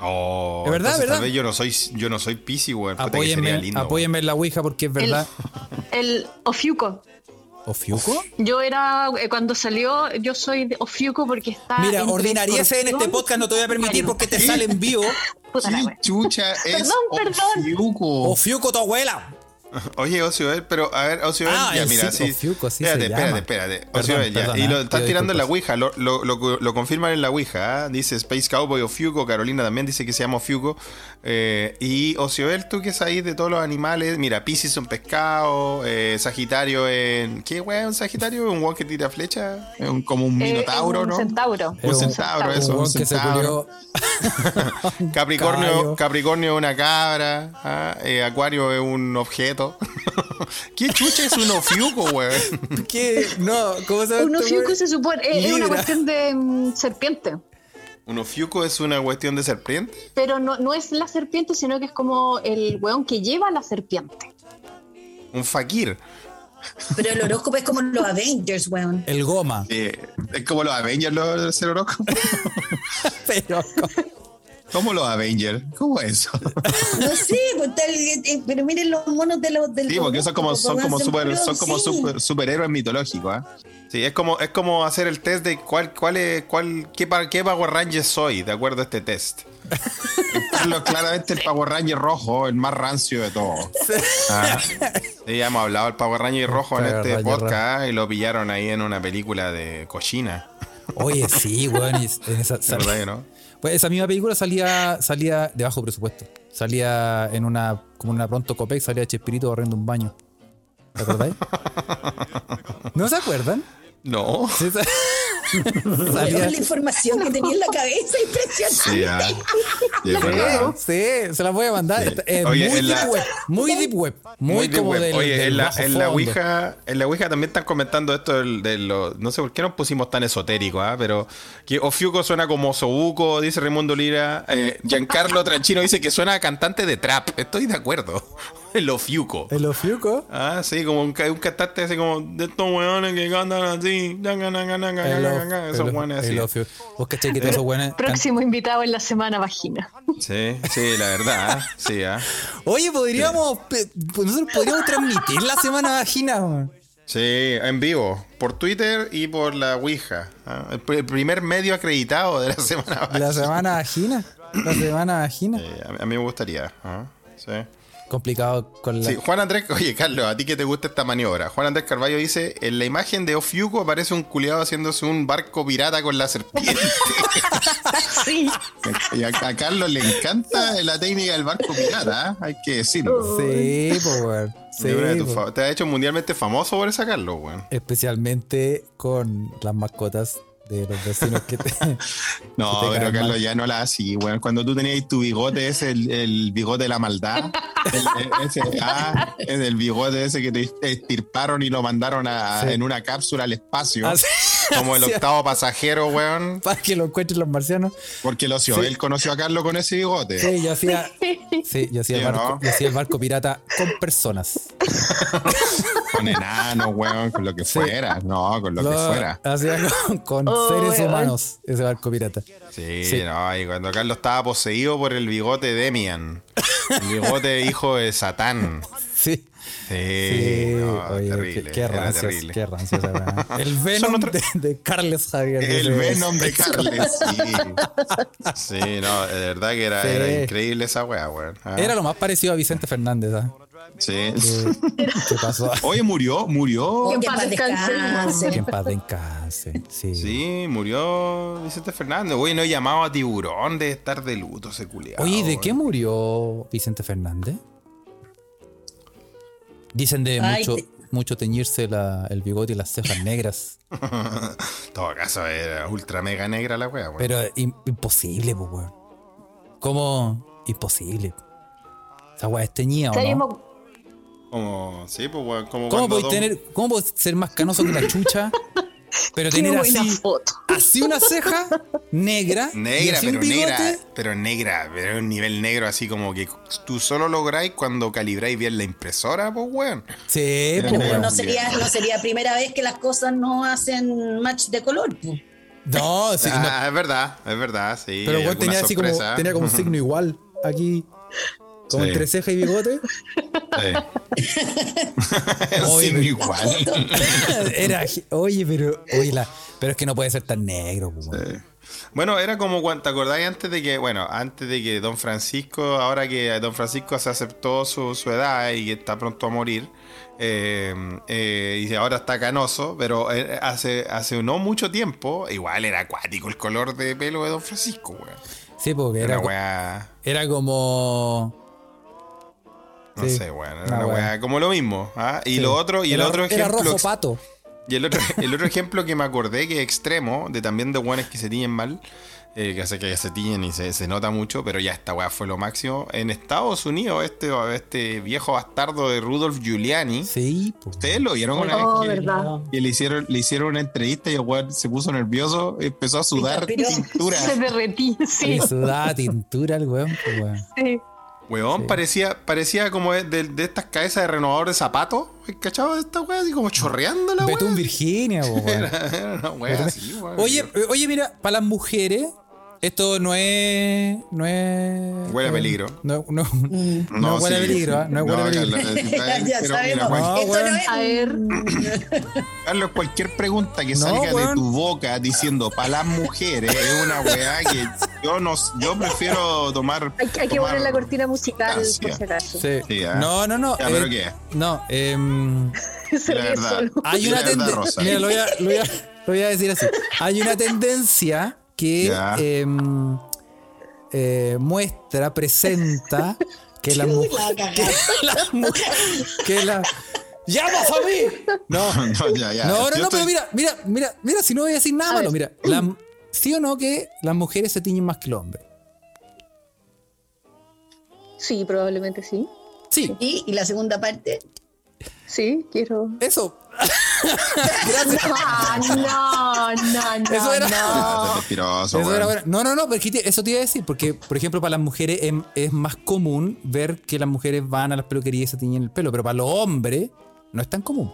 Oh,
Es verdad,
entonces
¿verdad?
Tal vez yo no soy, yo no soy Piscis, weón. Puta que sería
Apóyenme,
lindo, weón.
apóyenme en la Ouija porque es verdad.
El Ofiuco.
¿O Fiuco?
Yo era, eh, cuando salió, yo soy de Ofiuco porque está.
Mira,
entre
ordinarieces en este
Escorpión
podcast no te voy a permitir
Acuario.
porque te sale en vivo.
Puta la
¿Qué
wea.
chucha es
Perdón, perdón.
Ofiuco?
O Fiuco tu abuela.
Oye, Ocioel, pero a ver, Ocioel,
Ah,
ya
el
mira,
Circo
sí.
Fiuco, así
espérate,
se
espérate,
llama.
espérate.
Perdón,
Ocioel, ya.
perdón,
y
ah,
lo están
pido
tirando en la
disculpas.
Ouija, lo, lo, lo- lo confirman en la Ouija, ah, dice Space Cowboy o Fiuco, Carolina también dice que se llama Fiuco. Eh, y Ocioel, tú que sabes de todos los animales, mira, Pisces son pescado, eh, Sagitario en. ¿Qué weón un Sagitario? ¿Un weón que tira flecha? Es un- como un
Eh,
minotauro,
es un
¿no?
centauro.
Un
Es un-
centauro,
Un
eso, un
weón que se
centauro.
culió.
Capricornio,
Caballo.
Capricornio es una cabra. ah, eh, Acuario es un objeto. ¿Qué chucha es un ofiuco, weón?
¿Qué? No, ¿cómo se llama este
Un
weón?
ofiuco se supone, eh, es, es una
Libra.
cuestión de mm, serpiente.
¿Un ofiuco es una cuestión de serpiente?
Pero no, no es la serpiente, sino que es como el weón que lleva la serpiente.
¿Un fakir?
Pero el horóscopo es como los Avengers, weón.
El goma.
Eh, es como los Avengers, los los ser horóscopos.
Pero
¿Cómo los Avengers? ¿Cómo eso?
No sé, pues, tal, eh, eh, pero miren los monos de los del
Sí, porque esos como, son como,
hacen
super,
puro-
son como
sí.
super- superhéroes mitológicos, ¿ah? Sí, es como, es como hacer el test de cuál, cuál es, cuál, qué, pa- qué Power Ranger soy, de acuerdo a este test. Carlos, claramente el Power Ranger rojo, el más rancio de todos. Ah, sí, ya hemos hablado del Power Ranger rojo en
Power
este
Ranger
podcast ¿ah? y lo pillaron ahí en una película de cochina.
Oye, sí, weón. y en esa,
¿De verdad que no?
Pues esa misma película salía, salía de bajo presupuesto. Salía en una, como en una pronto copec, salía Chespirito barriendo un baño. ¿Te acordáis? ¿No se acuerdan?
No.
Sí, sa-
Weón,
salía,
la información que tenía en la cabeza, impresionante.
Sí, ah. De verdad.
sí, se las voy a mandar.
Sí.
Está- es
Oye,
muy
en
deep
la-
web. Muy deep web. Muy,
Muy de
como
web.
del,
Oye,
del
en, la,
bajo
en, la
fondo.
Ouija, en la Ouija también están comentando esto del, de lo- no sé por qué nos pusimos tan esotéricos, ¿ah? pero que Ofiuco suena como Sobuco, dice Raimundo Lira, eh, Giancarlo Tranchino dice que suena a cantante de trap, estoy de acuerdo, el Ofiuco.
El Ofiuco.
Ah, sí, como un, ca- un cantante así como de estos weones que cantan así, nanga, nanga, nanga,
El
nanga,
of-
nanga,
el
esos Eh,
of-
weones así.
el Ofiu- Vos cachai que todos esos buenos.
Próximo invitado en la semana vagina.
Sí, sí, la verdad, ah, sí, ah.
Oye, podríamos. pe- pues Nosotros podríamos transmitir la semana vagina, weón.
Sí, en vivo, por Twitter y por la Ouija. ah, el pr- el primer medio acreditado de la semana.
La semana vagina. La semana vagina.
Eh, a, a mí me gustaría. ah, sí.
Complicado con la.
Sí, Juan Andrés, oye Carlos, a ti que te gusta esta maniobra. Juan Andrés Carballo dice, en la imagen de Ofiuco aparece un culiado haciéndose un barco pirata con la serpiente.
Sí,
y a, a Carlos le encanta la técnica del barco pirata, ¿ah? hay que decirlo.
Sí, po, weón. Sí,
Yo creo que tú
po.
fa- te has hecho mundialmente famoso por esa, Carlos, weón.
Especialmente con las mascotas de los vecinos que te.
No,
que te
pero
caen
Carlos
mal.
ya no la así, weón. Cuando tú tenías tu bigote, ese, el, el bigote de la maldad, el, ese, ah, es el bigote ese que te estirparon y lo mandaron a-
Sí.
en una cápsula al espacio,
Así-
como el
así-
octavo pasajero, weón.
Para que lo encuentren los marcianos.
Porque el ocio,
Sí.
él conoció a Carlos con ese bigote.
Sí, yo hacía. Sí, yo hacía,
Sí,
el barco,
¿no?
yo hacía el barco pirata con personas.
Con enano, weón, con lo que
Sí.
fuera. No, con lo, que fuera.
Hacía con, con
Oh,
seres
weón.
humanos ese barco pirata.
Sí,
Sí.
no, y cuando Carlos estaba poseído por el bigote de Demian. El bigote hijo de Satán.
Sí.
Sí,
Sí,
Eh, no,
oye,
terrible.
Qué, qué
era
rancios,
terrible.
qué rancios, la verdad. El Venom
otra-
de, de Carles Javier.
El
dice-
Venom de Carles, sí. Sí, no, de verdad que era,
Sí.
era increíble esa weá, weón. Ah,
Era lo más parecido a Vicente Fernández, ¿ah?
sí.
Que, que pasó?
Oye, murió, murió.
Que
en
en
paz
paz
descanse.
descanse.
Que en paz descanse, Sí.
Sí, murió Vicente Fernández. Oye, no he llamado a Tiburón de estar de luto, se culiado.
Oye, ¿de
weón.
qué murió Vicente Fernández? Dicen de
Ay,
mucho,
te-
mucho teñirse la- el bigote y las cejas negras.
En todo caso, era ultra mega negra la weá, weón.
Pero im- imposible, pues, weón. ¿Cómo? Imposible. Esa weá es teñida, ¿o
se
no?
llamó-
Como, sí, pues, weón. Como
¿Cómo
cuando
podés
Don-
tener, cómo podés ser más canoso que la chucha? Pero
qué
tener
buena
así,
foto.
así una ceja negra. y
Negra,
así un
pero negra,
bigote.
pero negra, pero un nivel negro así como que tú solo lográis cuando calibráis bien la impresora, pues, weón.
Sí,
Pero
pues,
negra.
weón.
No sería, no sería primera vez que las cosas no hacen match de color. pues.
No, sí, no,
Ah, es verdad, es verdad, sí.
Pero
hay
igual tenía
alguna
así como,
sorpresa.
tenía como un signo igual aquí. Como
Sí.
entre ceja y bigote.
Sí.
Oye,
Sí,
pero-
igual.
Era, oye, pero, oye, la, Pero es que no puede ser tan negro. pues, weón.
Eh, Bueno, era como cuando, ¿te acordáis antes de que, bueno, antes de que Don Francisco, ahora que Don Francisco se aceptó su, su edad y que está pronto a morir, eh, eh, y ahora está canoso, pero eh, hace, hace no mucho tiempo, igual era acuático el color de pelo de Don Francisco, weón.
Sí, porque
Era
era,
una weá,
era como.
no
sí,
sé, weón, era
una
una
weá.
weá como lo mismo, ¿ah? Y
sí.
lo otro, y el
Era-
otro ejemplo...
Era rojo
ex-
pato.
Y el otro, el otro ejemplo que me acordé que es extremo, de también de guanes que se tiñen mal, eh, que hace que se tiñen y se, se nota mucho, pero ya esta weá fue lo máximo. En Estados Unidos, este, este viejo bastardo de Rudolf Giuliani,
Sí, pues.
ustedes lo vieron una
Oh,
vez que,
verdad.
que le hicieron, le hicieron una entrevista y el weón se puso nervioso, empezó a sudar
Transpiró.
pintura.
Se derretí, sí.
Le sudaba tintura al weón, pues, weón.
sí.
Weón, parecía, parecía como de, de- de estas cabezas de renovador de zapatos, ¿cachado? Esta weá así como chorreando la weá.
Betún Virginia, pues, weón.
Era una weá así, weón.
Oye, eh, oye, mira, para las mujeres, esto no es. No es. eh,
Huele a peligro.
No, no,
Mm.
No es huele a peligro, ¿ah? No es huele a
Carlos,
peligro.
eh,
ya
pero mira,
sabemos.
Juan,
No,
Esto
weón.
no es.
A ver.
Carlos, cualquier pregunta que
No,
salga de
weón.
tu boca diciendo para las mujeres es una weá que yo no yo prefiero tomar.
Hay que, hay que
tomar-
poner la cortina musical, por si acaso.
sí.
Sí, ah.
no, no, no.
Ya, pero
eh,
¿qué?
no, em,
Se
La
ríe
verdad.
solo.
hay
La
una
verdad,
tendencia.
Rosa.
Mira, lo voy, a, lo voy a- lo voy a decir así. Hay una tendencia que
Ya.
em, eh, muestra, presenta que las mujeres. Que las mujeres. Que la- ¡Llamas a mí! No,
No, ya, ya.
No, no,
Yo
no,
estoy-
pero mira, mira, mira, mira, si no voy a decir nada
A
malo, mira, la- sí o no que las mujeres se tiñen más que los hombres.
Sí, probablemente sí.
Sí,
Y, y la segunda parte.
Sí, quiero.
eso.
Ah, no, no, no.
Eso era.
Ah,
no.
estás asqueroso,
Eso
weón.
era bueno. No, no, no, pero es que te- eso te iba a decir, porque, por ejemplo, para las mujeres em- es, más común ver que las mujeres van a las peluquerías y se tiñen el pelo, pero para los hombres no es tan común.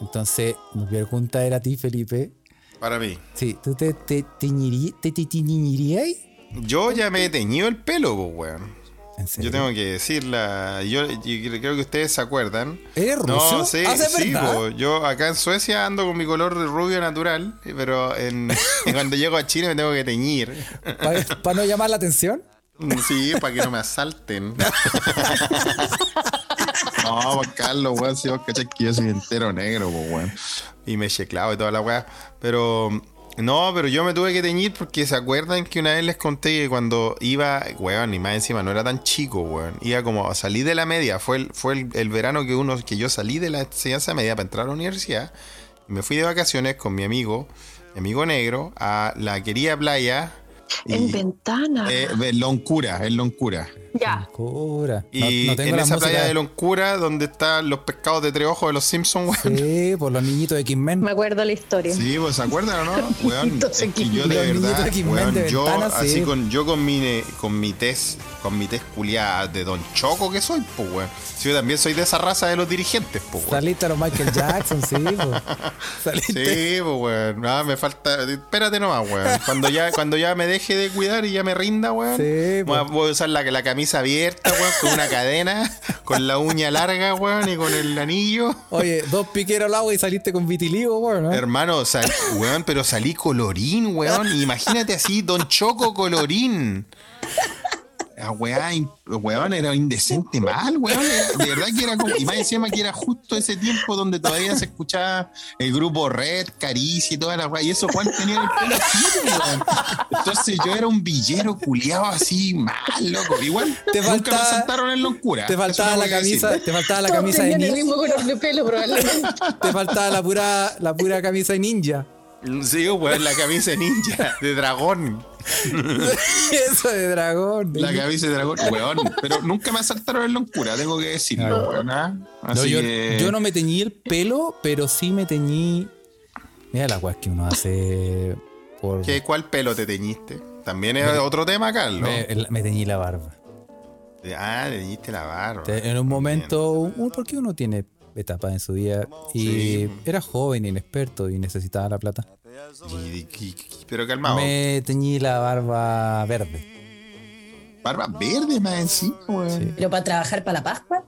Entonces, mi pregunta era a ti, Felipe.
Para mí.
Sí, ¿tú te, te, tiñirí- te, te tiñirías?
Yo ya me he teñido el pelo, pues, weón.
¿En serio?
Yo tengo que decirla. Yo, yo creo que ustedes se acuerdan.
¿Eres ruso?
No, sí,
Ah, ¿es
sí,
verdad?
po. yo acá en Suecia ando con mi color rubio natural, pero en, cuando llego a Chile me tengo que teñir.
¿Para no llamar la atención?
Mm, Sí, para que no me asalten. No, pues, Carlos, weón, si vos cachas que yo soy entero negro, pues, weón. Y me he checlado y toda la weá. Pero, no, pero yo me tuve que teñir porque se acuerdan que una vez les conté que cuando iba, weón, y más encima no era tan chico, weón. Iba como, salí de la media. Fue el, fue el, el verano que, uno, que yo salí de la enseñanza media para entrar a la universidad. Me fui de vacaciones con mi amigo, mi amigo negro, a la querida playa. y-
En ventana.
eh, de Loncura, es Loncura.
ya.
Cura. No-
Y
no tengo
en
la
esa
música.
playa de Loncura, donde están los pescados de tres ojos de los Simpsons, weón.
Sí, por los niñitos de X-Men.
Me acuerdo la historia.
Sí, pues se acuerdan o no, weón.
Entonces,
es que yo de
los niñitos
verdad,
que
weón,
inventan
yo
ventanas,
así
sí.
con yo con mi ne- con mi tez, con mi tez culiada de Don Choco que soy, pues weón. Sí, yo también soy de esa raza de los dirigentes, pues weón.
Saliste a los Michael Jackson, sí. po. Saliste.
Sí, pues weón. Nada, me falta. Espérate nomás, weón. Cuando ya, cuando ya me deje de cuidar y ya me rinda, weón.
Sí,
voy, a,
pues.
voy a usar la, la camisa abierta, weón, con una cadena, con la uña larga, weón, y con el anillo.
Oye, dos piqueros al agua y saliste con vitiligo, bueno.
Hermano, sal- weón, pero salí colorín, weón. Imagínate así, Don Choco colorín. La weá, in- weón, era indecente mal, weón. Era- De verdad que era como. Y más encima que era justo ese tiempo donde todavía se escuchaba el grupo Red, Caricia y toda la weá. Y eso Juan tenía el pelo así, weón. Entonces yo era un villero culiado así, mal, loco. Igual
Te
nunca me
faltaba-
saltaron en locura.
Te faltaba la camisa, te faltaba la camisa de
Tenían el
ninja.
mismo color de pelo, probablemente.
Te faltaba la pura, la pura camisa de ninja.
Sí, weón, la camisa ninja, de dragón.
Eso de dragón.
La cabeza de dragón, weón. Pero nunca me asaltaron en locura, tengo que decirlo, weón. ¿ah?
No,
Así
yo,
que-
yo no me teñí el pelo, pero sí me teñí. Mira las weas que uno hace por.
¿Qué- ¿Cuál pelo te teñiste? También es otro tema, Carlos.
Me, me teñí la barba.
Ah, te teñiste la barba.
Te- En un momento, un- porque uno tiene etapas en su vida y
Sí.
era joven, inexperto y necesitaba la plata.
Y- y- y- Pero calmado.
Me teñí la barba verde.
Barba verde más encima, weón.
Pero para trabajar para la Pascua.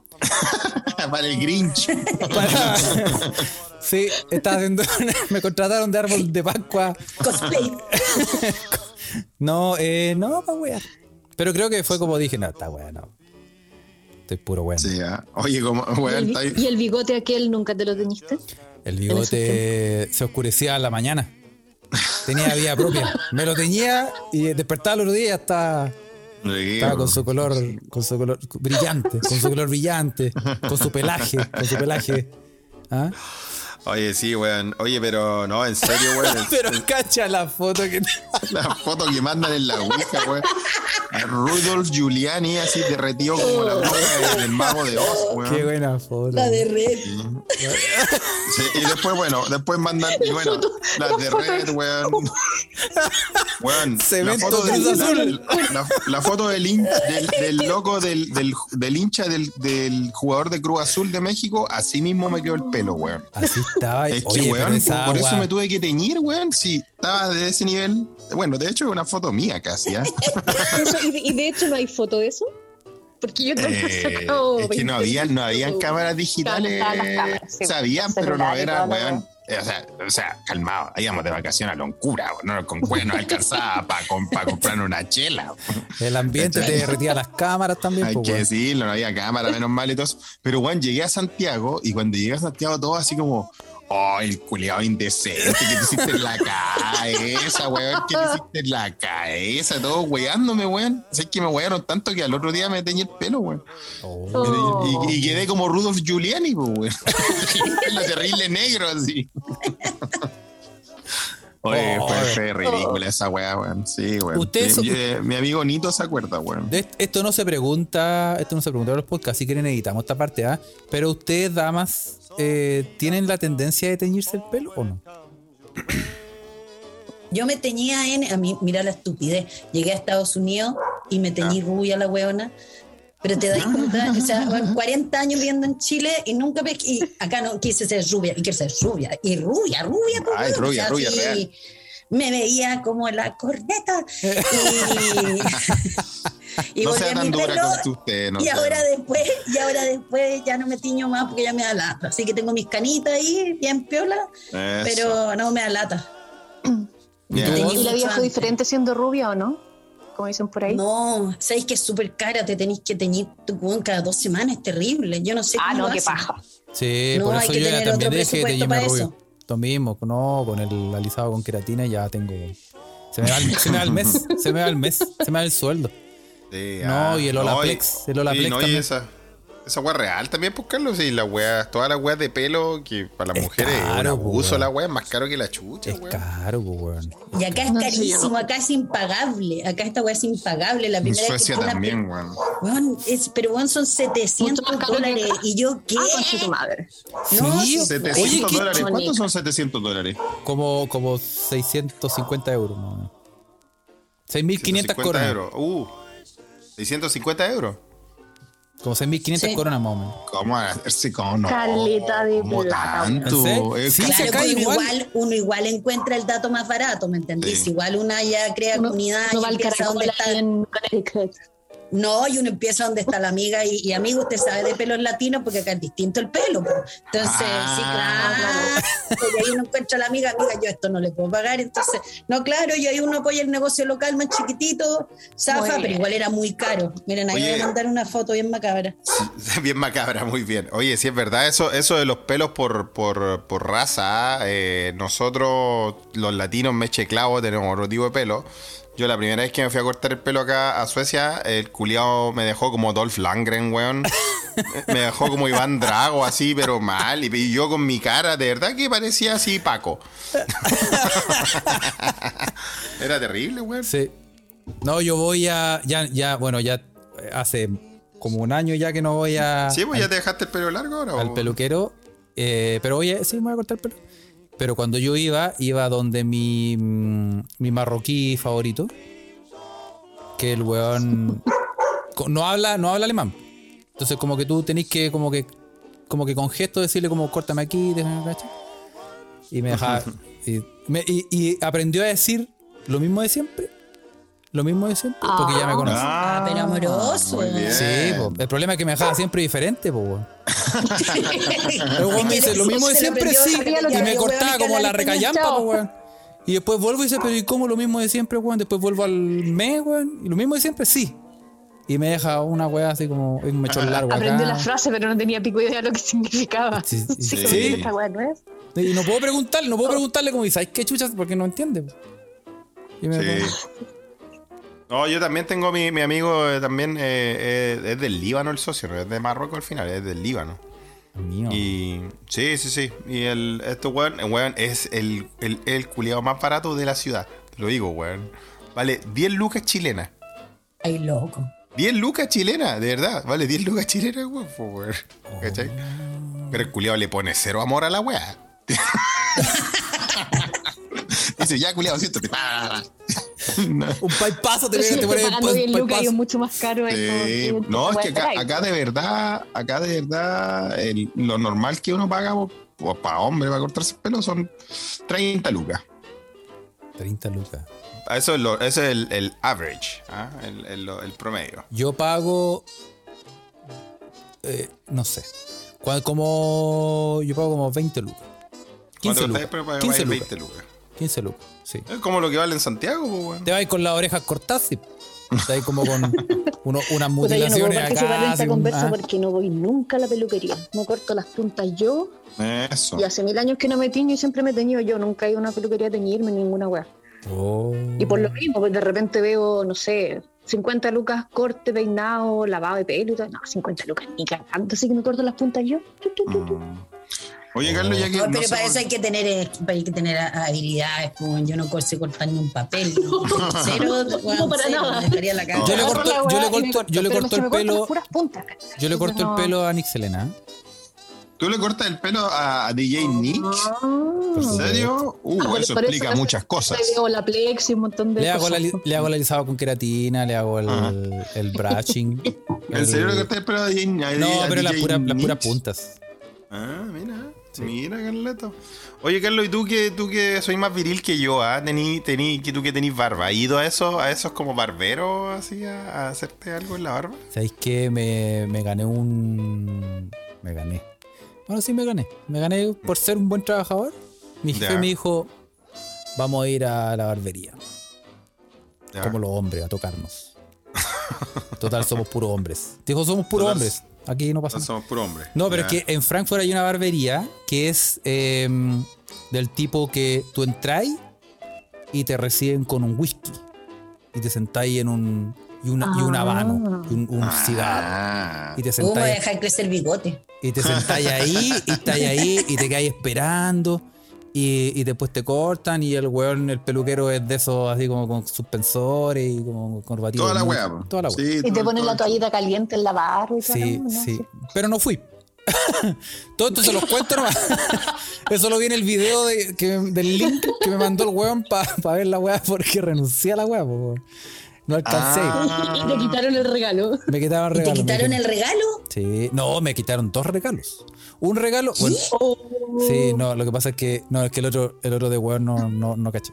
Para el Grinch.
Para- Sí, estaba haciendo. Me contrataron de árbol de Pascua.
Cosplay.
No, eh, no, pa' wear. Pero creo que fue como dije, no, está wea, no. Estoy puro wea.
Sí, ah. Oye, como,
¿Y el,
weón, está ahí-
bi- y el bigote aquel nunca te lo teniste?
El bigote se oscurecía a la mañana. Tenía vida propia. Me lo teñía y despertaba el otro día y ya estaba,
Sí,
estaba con
weón.
su color, con su color brillante, con su color brillante, con su pelaje, con su pelaje. ¿Ah?
Oye, sí, weón. Oye, pero no, en serio, weón.
Pero cacha la foto que
La foto que mandan en la Ouija, weón. A Rudolf Giuliani así derretido como la bruja del mago de Oz, weón.
Qué buena foto.
La de red.
Sí, y después, bueno, después mandan, y bueno, las de Red, weón. Weón, la
Cemento
foto, del,
Cruz
la,
Azul.
la- la foto del, hin- del, del logo del, del, del hincha del, del jugador de Cruz Azul de México, así mismo me quedó el pelo, weón.
Así estaba.
Es que,
Oye, pero
weón,
esa
por eso
agua-
me tuve que teñir, weón. Si estaba de ese nivel. Bueno, de hecho, es una foto mía casi, ¿ah?
Eso, y, de, y de hecho no hay foto de eso. Porque yo creo que he
Eh,
sacado
es que no
20.
había, no habían cámaras digitales.
Estaban las cámaras, sí.
Sabían,
Los
pero no
celulares,
era,
toda la
weón. Eh, O sea, o sea, calmado, íbamos de vacaciones a Loncura, weón, no, con cuernos alcanzaba para comprar una chela. weón.
El ambiente te derretía las cámaras también.
Hay
pues,
que
weón.
decirlo, no había cámara, menos mal y todo eso. Pero, weón, llegué a Santiago y cuando llegué a Santiago todo así como, oh, el culiado indecente que te hiciste en la cabeza, weón, que te hiciste en la cabeza, todo weándome, weón. O sea, es que me wearon tanto que al otro día me teñí el pelo, weón.
Oh.
Oh.
Y, y quedé como Rudolf Giuliani, pues, weón. Lo terrible negro, así. Oye,
Oh.
fue, fue ridícula esa weá, weón. Sí, weón.
Ustedes
Sí,
son-
yo- mi amigo Nito se acuerda, weón.
De- Esto no se pregunta, esto no se pregunta en los podcasts, si quieren editamos esta parte, ¿ah? Pero ustedes, damas, eh, ¿tienen la tendencia de teñirse el pelo o no?
Yo me teñía en. A mí, mira la estupidez. Llegué a Estados Unidos y me
Ah.
teñí rubia la huevona. Pero te das cuenta, o sea, bueno, 40 años viviendo en Chile y nunca me. Y acá no quise ser rubia, y quiero ser rubia. Y rubia, rubia, pues,
Ay,
weón,
rubia, rubia,
sí,
real.
Me veía como la corneta. Y, y
no
volví
sea
a
tan
mi
dura
pelo
con usted, no
y
sea-
ahora después, y ahora después ya no me tiño más porque ya me da lata. Así que tengo mis canitas ahí, bien piola,
Eso.
pero no me da lata.
Ya.
¿Y tú?
¿Y la vida fue diferente siendo rubia o no? Como dicen por ahí.
No, sabéis que es súper cara, te tenéis que teñir tu weón cada dos semanas, es terrible. Yo no sé
ah,
cómo
no,
lo
qué
hacen.
paja.
Sí,
No,
por
hay
eso
que
yo ya
tener
también
otro
dejé de
presupuesto
teñirme
para
rubio. Lo mismo, no, con el alisado con queratina ya tengo. Se me va el, se me va el mes, se me va el mes, se me va el sueldo.
Sí,
No, y el Olaplex,
y-
el Olaplex
sí, no, y
también.
esa, esa weá real también, pues, Carlos. Y la weá, todas las weas de pelo que para las
Es
mujeres es un
caro, pues,
abuso,
weón.
la weá es más caro que la chucha,
Es
weón.
caro, pues, weón.
Y acá es
No, sí, yo
carísimo,
no.
acá es impagable. Acá esta weá es impagable. La
En
primera vez que
Suecia
fui a la-
también, weón.
Weón, es- pero weón, son 700
Mucho más caro que
dólares.
acá.
Y yo, ¿qué?
Ah, con tu madre.
No,
Sí,
sí,
oye,
700
¿qué-
dólares.
bonito.
¿Cuántos son 700 dólares?
Como, como 650 euros, más o menos. 6.500
150
coronas.
euros. Uh, 650 euros.
Como 6.500
Sí.
coronas, más o menos.
¿Cómo van a hacerse con no?
Caleta de
¿Cómo
plata,
tanto?
weón. ¿En
Es
serio? Sí,
casi-
se
Claro,
cae
pero
igual.
igual. uno igual encuentra el dato más barato, ¿me entendís?
Sí.
Igual una ya crea
Uno-
comunidad
uno
y
va al
empieza
caracol
donde está.
ahí en Connecticut.
No, y uno empieza donde está la amiga y, y amigo, usted sabe de pelos latinos porque acá es distinto el pelo. po. Entonces,
Ah,
sí, claro. Y ahí uno encuentra a la amiga, amiga, yo esto no le puedo pagar. Entonces, no, claro, y ahí uno apoya el negocio local más chiquitito,
Muy
zafa,
bien.
pero igual era muy caro. Miren, ahí
Oye.
voy a mandar una foto bien macabra.
Bien macabra, muy bien. Oye, si es verdad, eso, eso de los pelos por, por, por raza, eh, nosotros los latinos meche clavo tenemos otro tipo de pelo. Yo la primera vez que me fui a cortar el pelo acá a Suecia, el culiao me dejó como Dolph Langren, weón. me dejó como Iván Drago, así, pero mal. Y, y yo con mi cara, de verdad que parecía así Paco. Era terrible, weón.
Sí. No, yo voy a. Ya, ya, bueno, ya hace como un año ya que no voy a.
Sí, pues
al,
ya te dejaste el pelo largo ahora.
al
o-
peluquero. eh, pero oye, sí, me voy a cortar el pelo. Pero cuando yo iba, iba donde mi, mm, mi marroquí favorito. Que el weón. co- No habla, no habla alemán. Entonces, como que tú tenés que, como que. Como que con gesto decirle, como, córtame aquí, déjame acá. Y me dejaba. y, me- y- y aprendió a decir lo mismo de siempre, lo mismo de siempre, porque ya me conoce.
Ah, pero amoroso.
Muy bien.
Sí, po. el problema es que me dejaba siempre diferente, po, weón. Pero weón me dice, lo mismo de
Se lo
siempre,
aprendió,
sí.
se lo aprendió,
Y me
weón,
cortaba como
Nicolás,
la
coño,
recallampa,
chao.
po, weón. Y después vuelvo y dice, pero ¿y cómo lo mismo de siempre, weón? Después vuelvo al mes, weón. Y lo mismo de siempre, sí. Y me deja una weá así como un mechón largo.
Aprendí
acá.
la frase, pero no tenía pico idea de lo que significaba.
Sí, sí,
sí.
¿qué esta weá no es?
Y no puedo preguntarle, no puedo
Oh.
preguntarle como, ¿y sabes qué chuchas? Porque no entiende. po. Y me
Sí. No, yo también tengo mi, mi amigo, eh, también eh, eh, es del Líbano el socio, no es de Marruecos al final, es del Líbano.
Mío.
Y sí, sí, sí. Y el, este weón, el weón es el, el, el culiado más barato de la ciudad. Te lo digo, weón. Vale 10 lucas chilenas.
Ay, loco.
10 lucas chilenas, de verdad. Vale 10 lucas chilenas, weón. po, weón. ¿Cachai? Pero el culiado le pone cero amor a la weá. Dice, ya culiado, siéntate.
Un paipazo te,
Pero si
te
te
pone
pagando
pa-
bien lucas y es
paipazo.
mucho más caro. es como
Sí,
que-
No, es que acá,
Ay,
acá de verdad, acá de verdad, el- lo normal que uno paga para hombre, para cortarse el pelo, son 30 lucas.
30 lucas.
Eso es, lo- eso es el, el average, ¿ah? el, el- lo- el promedio.
Yo pago. eh, no sé. Cua- Como. Yo pago como 20 lucas. 15
Cuando
lucas.
estáis, pero pagáis
15 lucas.
20 lucas.
15 lucas, sí.
Es como lo que vale en Santiago, pues, weón.
Te vas con las orejas cortadas, sí. Te vas como con uno- unas
Puta, yo no puedo
mutilaciones
participar en
acá.
esta
así como,
conversa
ah.
porque no voy nunca a la peluquería. Me corto las puntas yo
Eso.
y hace mil años que no me tiño y siempre me he teñido yo. Nunca he ido a una peluquería a teñirme ninguna weá.
Oh.
Y por lo mismo, pues de repente veo, no sé, 50 lucas corte, peinado, lavado de pelo y todo. No, 50 lucas ni cagando, así que me corto las puntas yo. Tu, tu, tu, tu.
Mm. Oye, Carlos, ya que.
No,
no
pero
sé
para
por-
eso hay que tener, eh, hay que tener a- habilidades. Como yo no corté cortando un papel. Cero, bueno,
para
cero,
nada.
me dejaría la cara.
Yo le
Me
corto-
la weá
yo le
y me
corto- yo le
pero
corto
se
el
me cortan
pelo-
las puras puntas, ¿cachai?
Yo le corto el
No.
pelo a Nixelena. ¿eh?
¿Tú le cortas el pelo a, a DJ Nick?
Ah.
¿En serio? Uh,
Ah, pero
eso
por eso
explica
hace-
muchas cosas.
Le hago la plex y un montón de
Le hago,
cosas.
la, li- le hago la alisado con queratina, le hago el,
Ajá.
el brushing.
¿En serio le cortas el pelo a DJ Nick?
No, pero las puras las puras puntas.
Ah, mira. Mira, Carleto. Oye, Carlos, ¿y tú que, tú que soy más viril que yo? ¿ah? Tení, tení, que tú que tenís barba. ¿Has ido a esos, a esos como barberos así a, a hacerte algo en la barba?
¿Sabéis qué? Me, me gané un. Me gané. Bueno, sí, me gané. Me gané por ser un buen trabajador. Mi jefe
Ya.
me dijo: Vamos a ir a la barbería,
Ya.
como los hombres, a tocarnos. Total, somos puros hombres. Dijo: Somos puros
Total,
hombres. Aquí no pasa nada.
Somos puro hombre.
No, pero
Ya.
es que en Frankfurt hay una barbería que es eh, del tipo que tú entras y te reciben con un whisky. Y te sentáis en un. Y, una, y un habano. Y un, un cigarro.
Ah.
Y te
¿Cómo me
sentáis
dejar crecer bigote?
y te sentáis ahí, y estáis ahí, y te quedáis esperando, y, y después te cortan, y el weón, el peluquero es de esos así como con suspensores y como con corbatito.
Toda la
Muy-
wea. po.
Toda la wea.
Sí,
Y te
todo-
ponen
todo
la
el-
toallita caliente en la barra y todo.
Sí,
¿no?
sí. Pero no fui. Todo esto se los cuento nomás. Eso lo vi en el video de- que- del link que me mandó el weón para ver la weá porque renuncié a la weá. po, weón. No alcancé.
Ah.
Y te quitaron el regalo.
Me quitaban
¿Y te
regalos. me
quitaron
quitaron-
el regalo?
Sí, no, me quitaron dos regalos. Un regalo. bueno, sí, no, lo que pasa es que. No, es que el otro, el otro de weón no, no, no caché.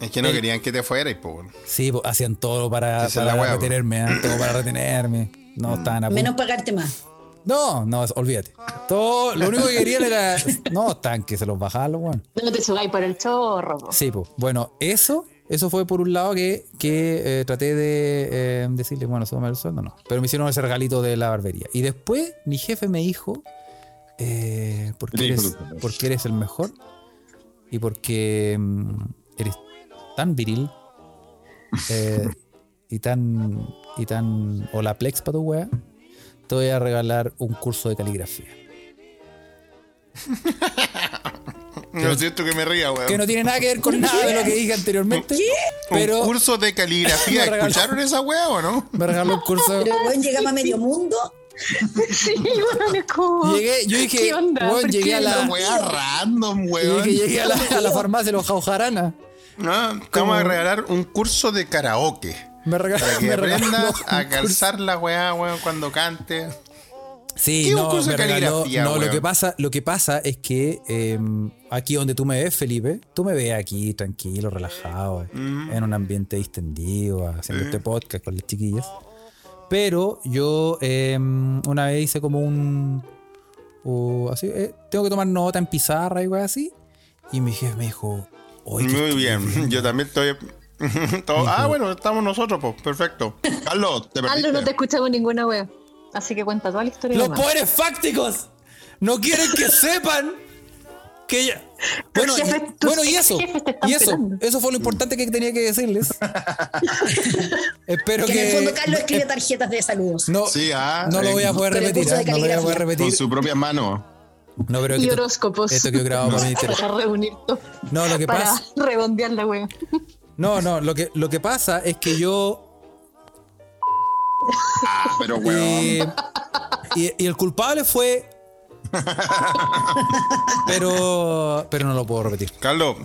Es que no querían que te fueras, po.
Sí, pues, hacían todo
Esa
para,
es
para
la weá, pues. Mm. po.
retenerme, ¿eh? todo para retenerme. No, estaban a punto.
Menos pagarte más.
No, no, olvídate. Todo, lo único que querían era. No, tanque, se los bajaba los weón.
No te subáis por el chorro. po.
Sí, pues. Bueno, eso, eso fue por un lado que, que eh, traté de eh, decirle, bueno, súbame el sueldo, no. Pero me hicieron ese regalito de la barbería. Y después mi jefe me dijo, eh, porque, eres,
Ridículo.
porque eres el mejor y porque mm, eres tan viril eh, y tan, y tan olaplex para tu wea, te voy a regalar un curso de caligrafía.
Lo siento que me ría, weón.
Que no tiene nada que ver con nada de lo que dije anteriormente. Pero
Un curso de caligrafía.
Me regaló.
¿Escucharon esa weá o no?
me regaló un curso.
Pero bueno, llegamos a medio mundo.
Sí, bueno, es como-
Llegué, yo dije,
Pues, ¿Qué onda?
weón,
¿Por
llegué
qué
a la-
Una weá random,
Yo
weón.
dije, llegué a la, a la farmacia los Jaujarana.
No, te vamos a regalar un curso de karaoke.
Me regaló,
Para que
me regaló
aprendas
un
a
curso.
calzar la weá, weón, cuando cantes.
Sí,
¿Qué
no,
concurso de
me regaló-
caligrafía,
no, lo
weón?
que pasa, lo que pasa es que eh, aquí donde tú me ves, Felipe, tú me ves aquí tranquilo, relajado, en un ambiente distendido, haciendo este podcast con las chiquillas. Pero yo eh, una vez hice como un o así, eh, tengo que tomar nota en pizarra y weas así. Y mi jefe me dijo, "Oye, ¿qué
Muy
estoy
bien,
viendo?".
yo también estoy. Todo- Ah, bueno, estamos nosotros, pues, perfecto. Carlos, te
Aldo, no te
perdiste.
escuchamos ninguna wea. Así que cuenta toda la historia.
Los
nomás.
poderes fácticos no quieren que sepan que ya- Bueno,
Tus jefes-
y,
tus
bueno, y eso.
ex-jefes te están
Y eso,
pelando.
eso fue lo importante que tenía que decirles. Espero
que,
que.
en el fondo Carlos escribe
eh,
tarjetas de saludos.
no,
Sí, ah,
no lo
eh,
voy a poder
con el
repetir.
curso de
¿ah? No lo voy a poder
caligrafía.
repetir.
Con su propia mano.
No, pero
Y
que-
horóscopos.
esto que he grabado para mi interés.
Para reunir todo.
No, lo que
para
pasa.
redondear la wea.
No, no, lo que, lo que pasa es que yo.
Ah, pero weón.
eh, y, y el culpable fue. Pero. Pero no lo puedo repetir.
Carlos,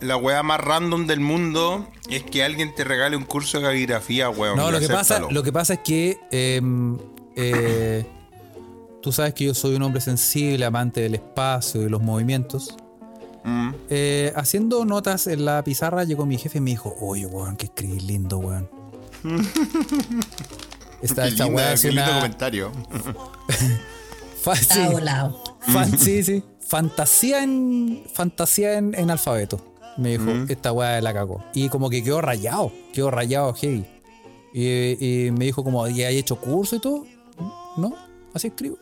la weá más random del mundo es que alguien te regale un curso de caligrafía, weón.
No,
y
lo que, pasa,
acéptalo.
lo que pasa es que em, eh, tú sabes que yo soy un hombre sensible, amante del espacio y los movimientos.
Mm.
Eh, haciendo notas en la pizarra llegó mi jefe y me dijo, oye, weón, que escribís lindo, weón. esta
Qué
esta
linda-
weá es
qué lindo
una
comentario.
fácil.
Está volado.
Fan- sí, sí. Fantasía en. Fantasía en, en alfabeto. Me dijo, esta weá la cagó. Y como que quedó rayado, quedó rayado heavy. Y, y me dijo como, ¿y hay hecho curso y todo? No, así escribo.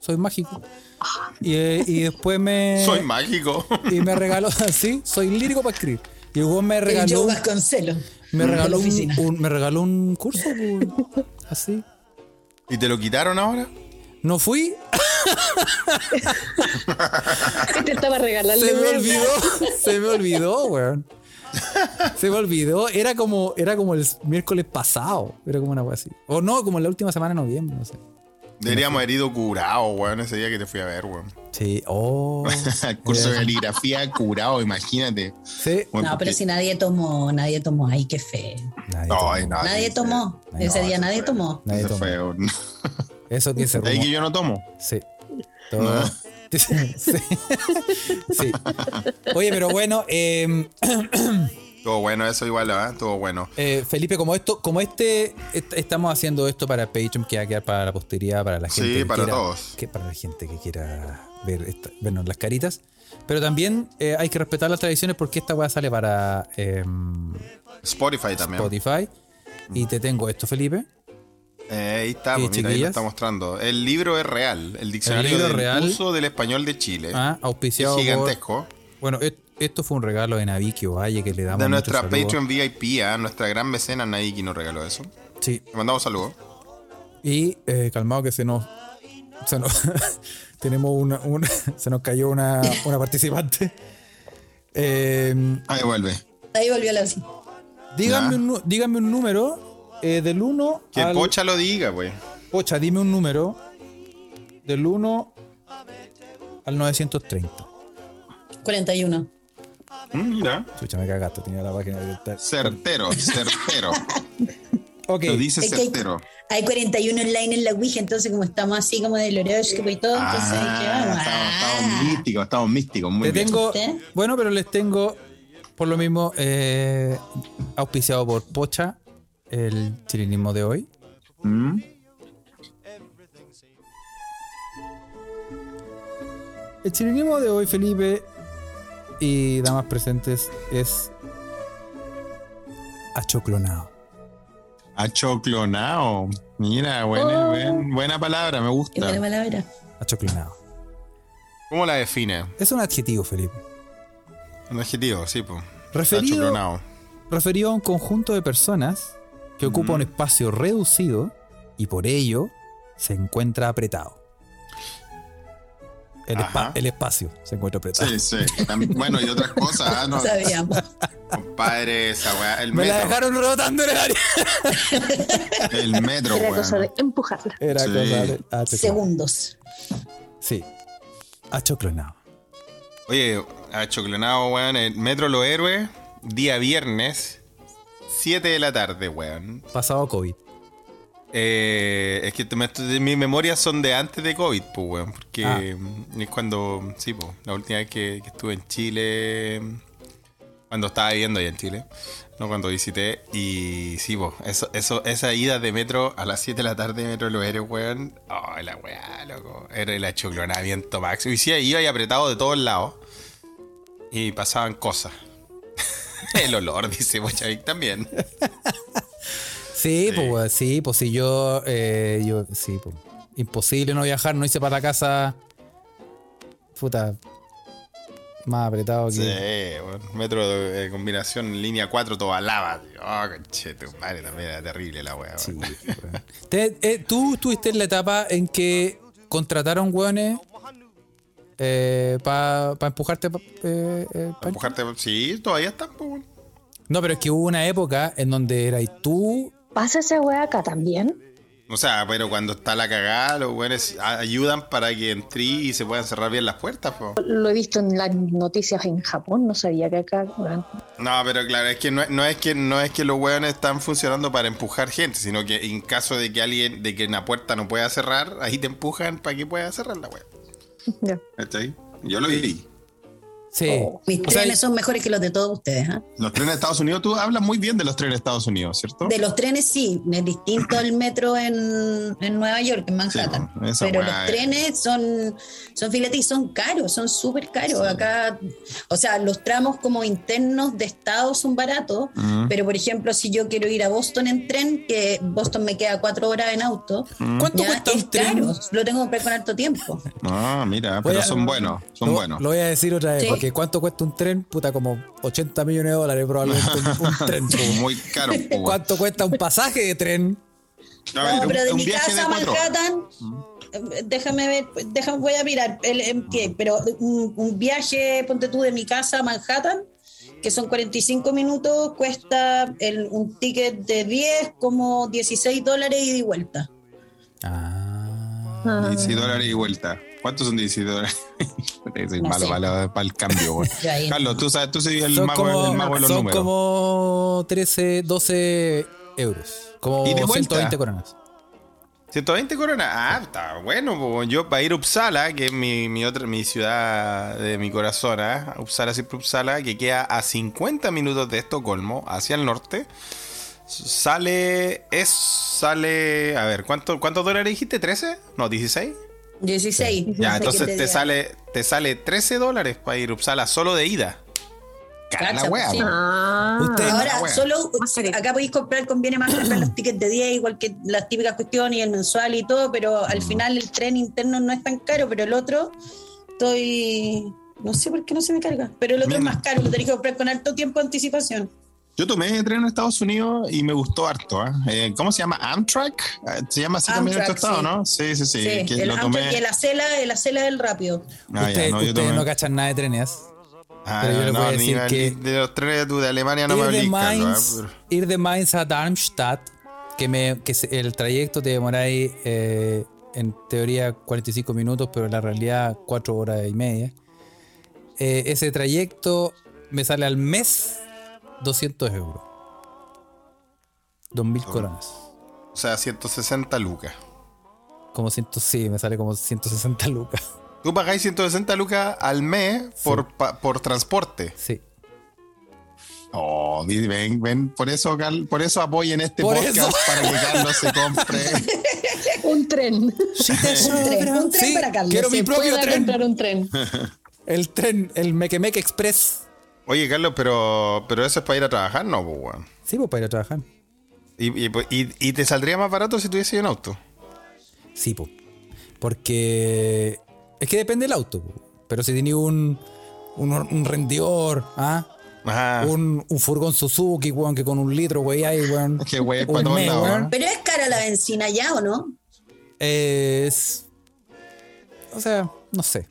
Soy mágico. Y, eh, y después me.
Soy mágico.
y me regaló así, soy lírico para escribir. Y luego me
El Joe
regaló.
Vasconcelo.
Me
de la
regaló un,
oficina.
un- me regaló un curso. pues, Así.
¿Y te lo quitaron ahora?
No fui,
Te estaba regalando.
Se me
wea.
olvidó, se me olvidó, weón. Se me olvidó, era como, era como el miércoles pasado, era como una cosa así. O no, como la última semana de noviembre, no sé.
Deberíamos haber ido curado, weón, ese día que te fui a ver, weón.
Sí, oh.
El curso de caligrafía curado, imagínate.
Sí.
Bueno,
No, pero
porque-
si nadie tomó, nadie tomó. Ay, qué feo.
Nadie tomó.
Ay, nadie,
Nadie tomó.
nadie-
Ese
no,
día
eso
nadie
fue-
tomó.
Nadie
Eso
tomó.
fue un-
Eso que se
De ahí
rumó.
que yo no tomo.
Sí. Todo- sí. Sí. Oye, pero bueno, eh,
Todo bueno, eso igual, ¿ah? Todo bueno.
eh, Felipe, como esto, como este, est- estamos haciendo esto para Patreon, que va a quedar para la posteridad, para la
Sí,
gente. que
para
quiera-
todos.
Que para la gente que quiera ver esta- vernos las caritas. Pero también eh, hay que respetar las tradiciones porque esta weá sale para em,
Spotify también.
Spotify. Y te tengo esto, Felipe.
Eh, ahí está, pues, mira, ahí
Sí,
lo
chiquillas.
está mostrando. El libro es real. El diccionario
libro
del
real.
uso del español de Chile.
Ah,
Eh, es
auspiciado. por-
gigantesco.
bueno, et- esto fue un regalo de Navikio Valle que le damos.
De
mucho
nuestra
saludo.
Patreon VIP, ¿ah? nuestra gran mecena Nike nos regaló eso.
Sí.
Le mandamos saludos.
Y eh, calmado que se nos. Se nos tenemos una, una- se nos cayó una, una participante. Em,
Ah, Ahí vuelve.
Ahí volvió la así.
Díganme,
Ya.
un, nu- díganme un número eh, del 1
Que
al...
Pocha lo diga, güey.
Pocha, dime un número del 1 al 930.
41.
Mm, Mira.
Chucha, me cagaste, tenía la página abierta.
Certero, certero.
Ok,
Lo dice
Es que hay-
certero.
Hay 41 online en la Ouija, entonces como estamos así como de Loreo y todo, entonces dije,
Ah,
vamos.
estamos,
ah.
estamos místicos, estamos místicos. Muy
te
bien.
tengo...
¿Usted?
Bueno, pero les tengo, por lo mismo, eh, auspiciado por Pocha, el chilinismo de hoy.
Mm.
El chilinismo de hoy, Felipe y damas presentes, es achoclonado.
Achoclonao. Mira,
Oh.
buena, buen- buena palabra, me
Qué mala
gusta.
palabra.
Achoclonado.
¿Cómo la define?
Es un adjetivo, Felipe.
Un adjetivo, sí, pues.
Referido,
Achoclonao.
referido a un conjunto de personas que ocupa un espacio reducido y por ello se encuentra apretado. El, espa-
Ajá.
el espacio se encuentra apretado.
Sí, sí. Tam- bueno, y otras cosas, ah, no.
Sabíamos.
Compadre, esa weá. El
Me la
metro.
dejaron rebotando en el área.
El metro,
Era
weón.
cosa de empujarla.
Era
Sí.
cosa de achoclonado.
Segundos.
Sí. Achoclonado.
Oye, achoclonao, weón. El metro Los Héroes, día viernes, 7 de la tarde, weón.
Pasado COVID.
Eh, es que te- me- te- mis memorias son de antes de COVID, pues, weón. Porque
Ah.
mm, es cuando, sí, pues, la última vez que, que estuve en Chile, mm, cuando estaba viviendo allá en Chile, no cuando visité. Y sí, pues, eso, eso, esa ida de metro a las 7 de la tarde de metro de los Héroes, weón. Oh, la weá, loco. Era el achoclonamiento máximo. Y sí, iba y apretado de todos lados. Y pasaban cosas. el olor, dice Bochavic también.
Sí,
Sí.
pues, weón, sí, pues si yo, eh, yo, sí, pues. Imposible no viajar, no hice para la casa. Puta. Más apretado que.
Sí, bueno, metro de eh, combinación línea 4 toda lava. tío. Oh, conche, tu madre también era terrible la wea.
Sí,
weón.
weón. Te- eh, Tú estuviste en la etapa en que contrataron hueones para empujarte. pa- eh, eh, pa-
Para empujarte, sí, todavía están, pues, weón.
No, pero es que hubo una época en donde eras tú.
¿Pasa esa weá acá también?
O sea, pero cuando está la cagada, los weones a- ayudan para que entre y se puedan cerrar bien las puertas, pues.
Lo he visto en las noticias en Japón, no sabía que acá. weón.
No, pero claro, es que no, no es que no es que los weones están funcionando para empujar gente, sino que en caso de que alguien, de que una puerta no pueda cerrar, ahí te empujan para que pueda cerrar la wea.
Ya.
¿Cachai? Yo lo vi.
Sí.
Oh.
Mis
O sea,
trenes son mejores que los de todos ustedes. ¿ah?
Los trenes de Estados Unidos, tú hablas muy bien de los trenes de Estados Unidos, ¿cierto?
De los trenes sí, es distinto el metro en, en Nueva York, en Manhattan.
Sí, esa
pero
weá
los
es-
trenes son, son filetes y son caros, son súper caros. Acá, o sea, los tramos como internos de estado son baratos,
Mm.
pero por ejemplo, si yo quiero ir a Boston en tren, que Boston me queda cuatro horas en auto,
¿Cuánto
ya
cuesta
es
un tren?
caro, lo tengo que comprar con harto tiempo.
Ah, mira,
Voy
pero
a-
son buenos, son
Lo,
buenos.
lo voy a decir otra vez,
Sí.
porque ¿cuánto cuesta un tren? Puta, como 80 millones de dólares probablemente un, un tren. po.
Muy caros. po, weón.
¿Cuánto cuesta un pasaje de tren?
A
No,
ver,
pero de
un
mi
viaje
casa a
cuatro horas. Mm.
Manhattan, eh, déjame ver, pues, déjame, voy a mirar el, el qué, pero un, un viaje, ponte tú, de mi casa a Manhattan, que son 45 minutos, cuesta el- un ticket de 10 como 16 dólares ida y vuelta.
Ah.
16 dólares y vuelta. ¿Cuántos son 16 dólares? Soy
No
malo
sé.
para, el cambio, weón.
Ya, ahí.
Carlos, tú sabes, tú soy el
son
mago,
como,
el mago de los
son
números.
como 13, 12 euros. Como
¿Y de vuelta?
120 coronas.
120 coronas. Ah, está bueno, po. yo para ir a Uppsala, que es mi, mi otra mi ciudad de mi corazón, ¿ah? Uppsala siempre Uppsala, que queda a 50 minutos de Estocolmo, hacia el norte. Sale es sale, a ver, ¿cuánto cuántos dólares dijiste? 13? No, 16.
16.
Ya,
No sé
entonces
qué
te
diga.
sale te sale 13 dólares para ir a Uppsala solo de ida. Cara la
Cacha,
wea,
sí.
po.
Ah,
Usted-
Ahora,
wea.
solo
Más caro.
acá podéis comprar, conviene más comprar los tickets de 10, igual que las típicas cuestiones y el mensual y todo, pero al
Mm.
final el tren interno no es tan caro, pero el otro, estoy. No sé por qué no se me carga, pero el otro
Mira.
es más caro, lo tenéis que comprar con alto tiempo de anticipación.
Yo tomé tren en Estados Unidos y me gustó harto. ¿ah? Eh, ¿Cómo se llama? Amtrak. Eh, Se llama así también en tu
Amtrak,
estado,
sí.
¿no? Sí, sí, sí.
Sí,
que
el
lo
Amtrak
tomé.
y el acela, el acela del rápido.
Ah, ya,
ustedes
no, yo
ustedes
tomé-
no cachan nada de trenes.
Ah,
Pero yo le
no,
voy a
ni
decir
al-
que-
de los trenes de, de Alemania no me
ir, de
hablís,
Mainz,
Carlos, ah,
ir de Mainz a Darmstadt, que, me, que se- el trayecto te demoráis eh, en teoría 45 minutos, pero en la realidad 4 horas y media. Eh, ese trayecto me sale al mes 200 euros. 2.000 coronas.
pero- o sea, 160 lucas.
Como 100, sí, me sale como 160 lucas.
Tú pagáis 160 lucas al mes por, pa- por transporte.
Sí.
Oh, di- ven, ven, por eso, Carl- por eso apoyen este
Por
podcast
eso.
para que Carlos se compre.
un tren.
Un tren, un tren
Sí,
para Carlos.
Quiero mi
Se
propio
pueda
tren.
comprar un tren.
El tren, el Mequemeque Express.
Oye, Carlos, pero, pero eso es para ir a trabajar, no, pues, weón.
Sí, pues para ir a trabajar.
Y, y- y- y te saldría más barato si tuviese un auto.
Sí, po. Porque es que depende del auto. po. Pero si tenía un, un, un rendidor, ¿ah?
Ajá.
un, un furgón Suzuki, weón, que con un litro, güey, ahí, weón.
Qué wey,
Un
para todos
mes,
lados.
weón.
¿eh?
Pero es cara la benzina ya, ¿o no?
Es. O sea, no sé.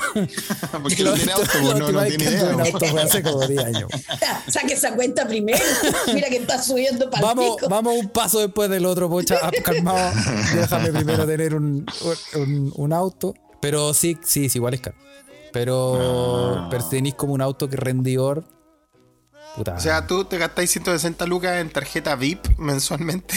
Porque no tiene auto,
La
pues, no,
última
no
vez
tiene idea.
que anduve en
weón.
auto fue hace como 10 años.
Saque esa cuenta primero. Mira que está subiendo para el
Vamos,
pico.
vamos un paso después del otro, pocha. Ah, Calmado. Déjame primero tener un, un- un auto. Pero sí, sí, sí, igual es caro. Pero,
Ah.
pero si tenéis como un auto que rendidor. Puta.
O sea, tú te gastáis 160 lucas en tarjeta VIP mensualmente.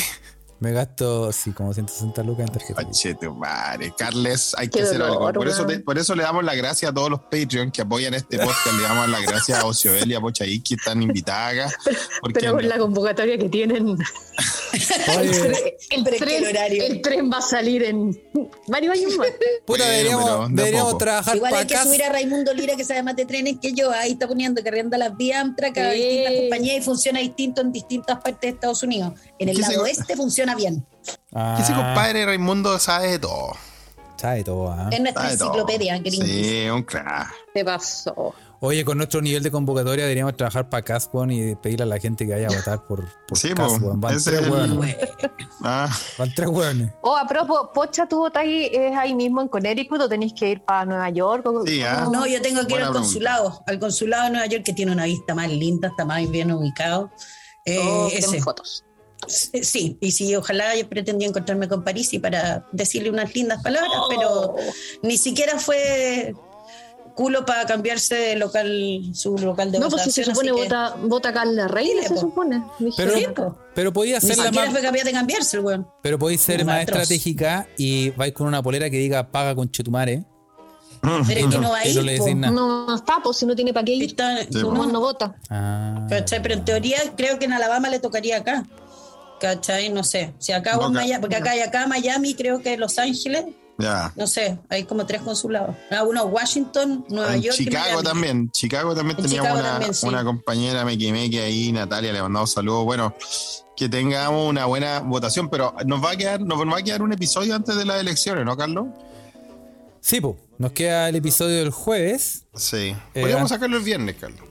Me gasto, sí, como 160 lucas en tarjeta. de crédito.
Pache tu madre. Carles, hay
Qué
que hacer
dolor,
algo. Por eso,
weón.
te- por eso le damos las gracias a todos los Patreon que apoyan este podcast. Le damos las gracias a Ocioel y a Pochaí que están invitadas. acá, Porque
Pero con la convocatoria que tienen,
Oye,
el
Pero es que el
tren,
horario.
el tren va a salir en varios años más.
puta,
Bueno,
deberíamos,
pero de a
deberíamos
poco.
trabajar
Igual
para
hay que
acá.
subir a Raimundo Lira, que sabe más de trenes que yo. Ahí está poniendo que rienda las vías Amtrak a
Sí.
distintas compañías y funciona distinto en distintas partes de Estados Unidos. En el
¿Qué se-
lado este funciona bien.
Que ese
Ah,
compadre Raimundo sabe de todo.
sabe todo, ah.
Es nuestra
Sabe de todo.
enciclopedia, Greenpeace.
Sí, un crack.
Te pasó.
Oye, con nuestro nivel de convocatoria deberíamos trabajar para Casbon y pedirle a la gente que vaya a votar por, por
Sí,
Cas,
po,
weón. Van
ese
tres
es el-
hueones.
Ah,
Van tres hueones.
Oh, a propósito, Pocha, tú estás ahí, es ahí mismo en Connecticut o tenéis que ir para Nueva York. O-
Sí, ah.
No, yo tengo que ir
Buena
al
pregunta.
consulado, al consulado de Nueva York, que tiene una vista más linda, está más bien ubicado. Eh,
o queremos
ese.
Oh,
Eh,
fotos.
Sí, y sí, ojalá yo pretendía encontrarme con París y para decirle unas lindas palabras,
Oh.
pero ni siquiera fue culo para cambiarse de local, su local de
no, pues si se
votación,
supone
así que-
vota, vota Carla Reina,
Dile,
se
po.
supone.
Pero,
Sí, po.
pero podía
Ni
ser la
siquiera
más,
fue capaz de cambiarse el weón.
pero podéis ser
Un
más
atroz.
estratégica y vais con una polera que diga paga con chetumare.
Pero es que no va a
y no
ir,
le
po.
decís nada.
No está, pues si no tiene para qué ir.
Está-
No,
no,
no vota.
Ah,
¿cachai? Pero en teoría creo que en Alabama le tocaría acá. ¿Cachai? No sé. Si acá o en
No, acá-
Maya- porque acá y acá Miami, creo que Los Ángeles,
ya.
no sé, hay como tres consulados. Ah, uno Washington, Nueva
Ah, En
York. y
Chicago
Miami.
también. Chicago también
En
tenía
Chicago
una,
también, sí.
una compañera mequimeque ahí, Natalia, le mandamos saludos. Bueno, que tengamos una buena votación, pero nos va a quedar, nos va a quedar un episodio antes de las elecciones, ¿no, Carlos?
Sí, po. Nos queda el episodio del jueves.
Sí.
Eh,
Podríamos
ah.
sacarlo el viernes, Carlos.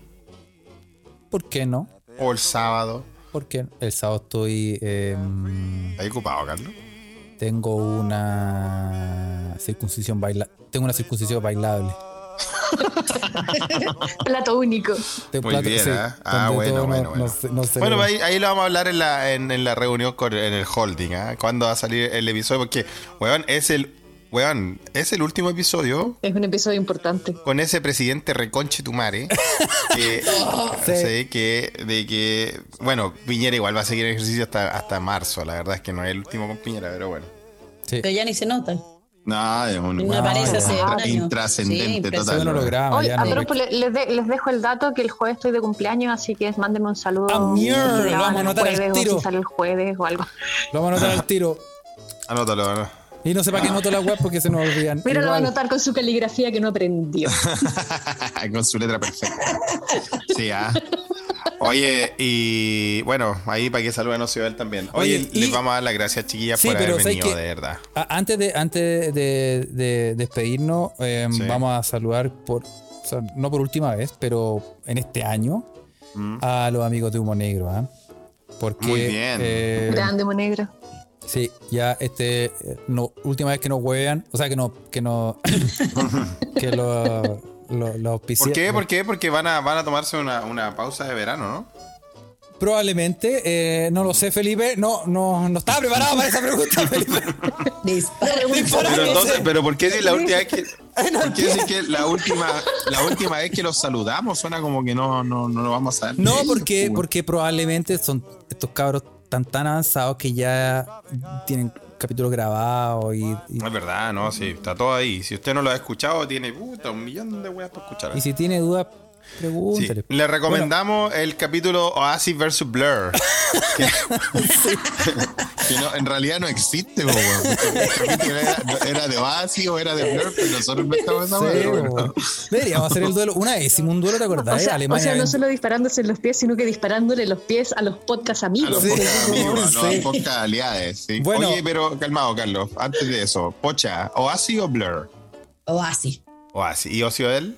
¿Por qué no?
O el sábado.
Porque el sábado estoy. em,
Ahí ocupado, Carlos.
tengo una circuncisión baila Tengo una circuncisión bailable.
Plato único.
Tengo
Muy bien, ¿ah? Ah,
donde
bueno,
todo
bueno,
no-
bueno.
no se- no se
Bueno,
ve.
ahí, ahí lo vamos a hablar en la, en, en la reunión con, en el holding, ¿ah? ¿Cuándo va a salir el episodio? Porque, weón, es el, weón, es el último episodio
Es un episodio importante.
con ese presidente reconche tu mare, que,
Sí.
sí, que, de que, bueno, Piñera igual va a seguir en ejercicio hasta, hasta marzo, la verdad es que no es el último con Piñera, pero bueno.
Sí.
Pero ya ni se nota.
No, es un,
No
aparece hace
intra-
años. Sí,
intrascendente
impresionante.
Eso
total.
no lo
weón.
graba,
Hoy,
ya
a
no-
propósito, le- les, de- les dejo el dato que el jueves estoy de cumpleaños, así que mándenme un saludo.
Ah, mierda,
Si graban
vamos a
el
anotar al
jueves, o
tiro.
Si sale el jueves o algo.
Lo vamos a anotar al tiro.
Anótalo, anótalo.
Y no sepa que noto la web porque se nos olvidan.
Mira, lo va a
Igual.
anotar con su caligrafía que no aprendió.
con su letra perfecta. Sí, ah. Oye, y bueno, ahí para que saluden a Ocioel también. Oye,
Oye,
les
y-
vamos a dar las gracias, chiquillas,
Sí,
por haber
pero ¿sabes
venido,
qué?
de verdad.
A- Ah, Antes de, antes de, de despedirnos, eh,
Sí.
vamos a saludar por, o sea, no por última vez, pero en este año,
Mm.
a los amigos de Humo Negro, ¿ah? Porque,
Muy bien.
eh,
Grande, Monegro.
sí, ya este, eh, no, última vez que nos huevean, o sea que no, que no, que lo, lo, lo auspicia-
¿Por qué? ¿Por qué? Porque van a, van a tomarse una, una pausa de verano, ¿no?
Probablemente, eh, no lo sé, Felipe, no, no, no estaba preparado para esa pregunta, Felipe.
Dispara.
Pero
Claro,
entonces,
sí.
pero ¿por qué si la última vez que ¿por qué si que la última la última vez que los saludamos suena como que no no no lo vamos a saber?
No,
Sí,
porque,
bueno.
porque probablemente son estos cabros tan tan avanzados que ya tienen capítulos grabados y, y-
No es verdad, no, sí, está todo ahí. Si usted no lo ha escuchado, tiene puta, un millón de weas por escuchar.
y si tiene dudas,
Sí.
pregúntale.
Le recomendamos el capítulo Oasis versus Blur. que, que no, en realidad no existe, po, weón. El capítulo era, era de Oasis o era de Blur, pero nosotros inventamos esa wea,
Sí,
pero bueno.
bueno. Deberíamos hacer el duelo. Una vez hicimos un duelo, ¿te acordás?
O
eh?
sea,
Alemania.
o sea, no
ven-
solo disparándose en los pies, sino que disparándole los pies a los podcast
A los
amigos.
Sí.
podcast amigos, a los
Sí.
podcast aliados, sí.
Bueno.
Oye, pero calmado, Carlos. Antes de eso, Pocha, ¿Oasis o Blur?
O así.
Oasis. ¿Y Ocioel?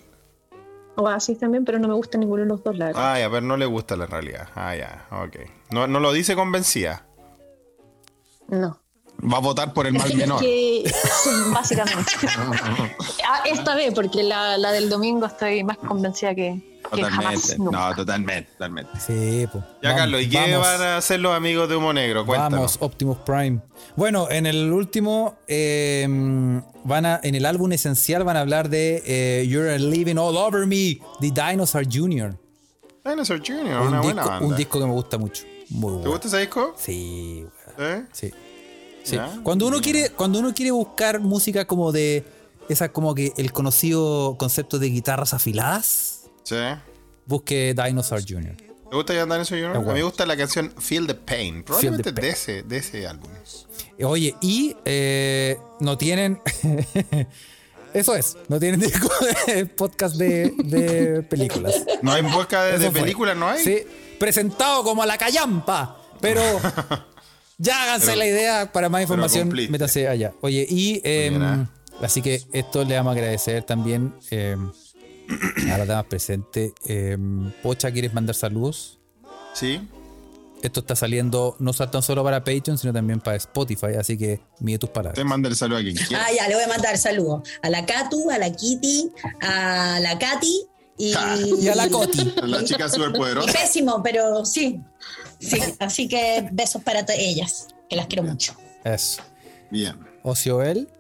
O así también, pero no me gusta ninguno de los dos, la verdad.
Ay, a ver, no le gusta la realidad. Ah, ya, ok. No, no lo dice convencida.
No.
Va a votar por Ah, el mal
Es
menor.
que, básicamente. Ah, esta vez, porque la, la del domingo estoy más convencida que, que jamás.
Totalmente.
nunca.
No, totalmente, totalmente.
Sí, po.
Ya,
Vamos,
Carlos, ¿y qué
vamos,
van a hacer los amigos de Humo Negro? Cuéntanos.
Vamos, Optimus Prime. Bueno, en el último, eh, van a, en el álbum esencial van a hablar de eh, You're Living All Over Me, The Dinosaur Jr.
Dinosaur Jr.,
un,
Ah, una buena
disco,
banda.
un disco que me gusta mucho. Muy
¿Te
bueno.
gusta ese disco?
Sí, weón.
¿Eh?
Sí. Sí.
Ya.
Cuando uno quiere, cuando uno quiere buscar música como de esa como que el conocido concepto de guitarras afiladas,
Sí.
busque Dinosaur Jr.
¿Te gusta ya Dinosaur Jr.?
bueno.
A mí me gusta la canción Feel the Pain. Probablemente
the Pain.
De, ese, de ese álbum.
Oye, y eh, no tienen. Eso es, no tienen disco de podcast de, de películas.
No hay busca de,
Eso
de
fue.
película, ¿no hay?
Sí, presentado como la callampa, pero ya háganse
Pero-
la idea para más información,
cumpliste.
métase allá. Oye, y eh,
Mira.
así que esto le vamos a agradecer también eh, a la dama presente. Eh, Pocha, ¿quieres mandar saludos?
Sí.
Esto está saliendo no sa- tan solo para Patreon, sino también para Spotify, así que mide tus
Te
palabras.
manda el saludo a quien quiera.
Ah, ya, le voy a mandar saludos a la Catu, a la Kitty, a la Katy y,
Ah.
Y a la Coti.
La chica
Y
superpoderosa.
pésimo, pero sí. sí. Así que besos para to- ellas, que las quiero mucho.
Eso.
Bien.
Ocioel.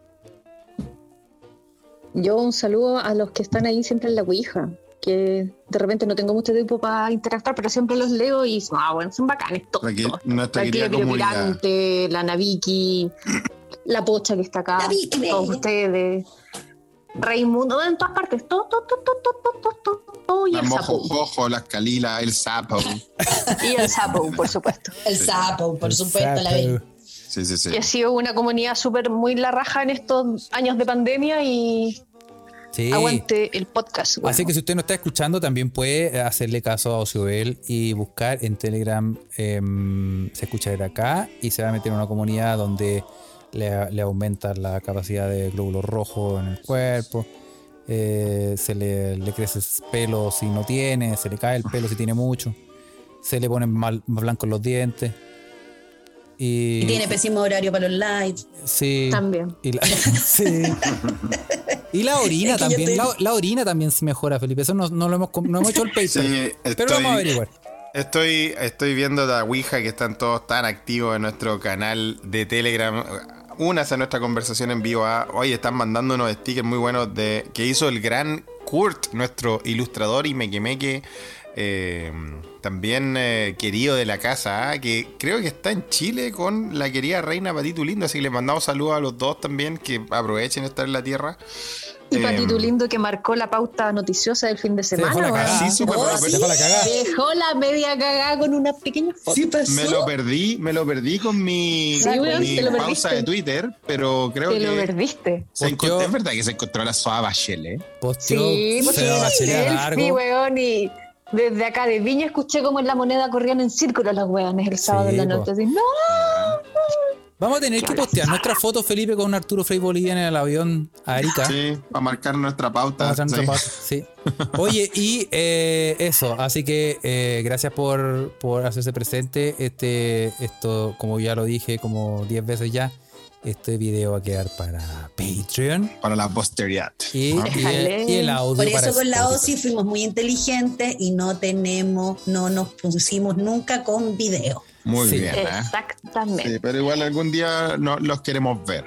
Yo un saludo a los que están ahí siempre en la Ouija, que de repente no tengo mucho tiempo para interactuar, pero siempre los leo y ah, bueno, son bacanes todos.
Aquí,
todos.
nuestra
Aquí
querida
el
comunidad.
Pirante, la Naviki, la Pocha que está acá,
La Vicky,
todos
bella.
ustedes, Raimundo, en todas partes, todo, todo, todo, todo, todo, todo, todo, y
Las
el sapo.
mojojojo, las calila, el sapo.
Y el sapo, por supuesto.
El sapo, por supuesto, la Vicky.
Sí, sí, sí.
Que ha sido una comunidad súper muy la raja en estos años de pandemia y
Sí.
aguante el podcast. weón.
Así que si usted no está escuchando, también puede eh, hacerle caso a Ocioel y buscar en Telegram em, se escucha desde acá y se va a meter en una comunidad donde le, le aumenta la capacidad de glóbulos rojos en el cuerpo, eh, se le, le crece pelo si no tiene, se le cae el pelo si tiene mucho, se le ponen mal, más blancos los dientes. Y,
Y tiene pésimo horario para los lives.
sí.
También.
Y la, sí. Y la orina
Es que yo
también.
te-
La, la orina también se mejora, Felipe. Eso no, no lo hemos, com- no hemos hecho el paper.
Sí,
pero lo vamos a
estoy-
averiguar.
Estoy, estoy viendo la Ouija que están todos tan activos en nuestro canal de Telegram. Unas a nuestra conversación en vivo. ah. Hoy están mandando unos stickers muy buenos de que hizo el gran Kurt, nuestro ilustrador y mequemeque. eh, también eh, querido de la casa, ah, que creo que está en Chile con la querida reina Patito Lindo. Así que les mandamos saludos a los dos también, que aprovechen estar en la tierra.
Y
Em,
Patito Lindo que marcó la pauta noticiosa del fin de
Se dejó
semana.
la
weón.
cagada.
sí, súper
No,
bueno,
Oh, sí.
Se dejó la cagada.
Dejó la media cagada con unas pequeñas fotos.
Sí, pasó.
pues, Me lo perdí, me lo perdí con mi,
Sí,
con
weón,
mi
te lo
pausa
perdiste.
de Twitter, pero creo
Te
que
lo perdiste.
se
Porque-
encontró- es verdad que se encontró la Soa ¿eh? Bachelet.
Posteó,
Sí,
se la
sí,
bachelet a
sí,
largo.
weón. Y desde acá de Viña escuché cómo en la moneda corrían en círculo los weones el sábado
Sí,
en la
po.
noche. Así, no,
Vamos a tener que postear nuestra foto, Felipe, con Arturo Frei Bolivia en el avión a Arica.
Sí, para marcar nuestra
Vamos a
pauta.
hacer nuestra
Ah, sí.
pausa, sí. Oye, y eh, eso, así que eh, gracias por, por hacerse presente. Este, esto, como ya lo dije como 10 veces ya, este video va a quedar para Patreon
Para la posteridad.
y, y el, y el audio.
Por eso
para
con la
Spotify.
OSI fuimos muy inteligentes y no tenemos, no nos pusimos nunca con video.
Muy
Sí.
bien, ¿eh?
exactamente.
Sí, pero igual algún día no, los queremos ver.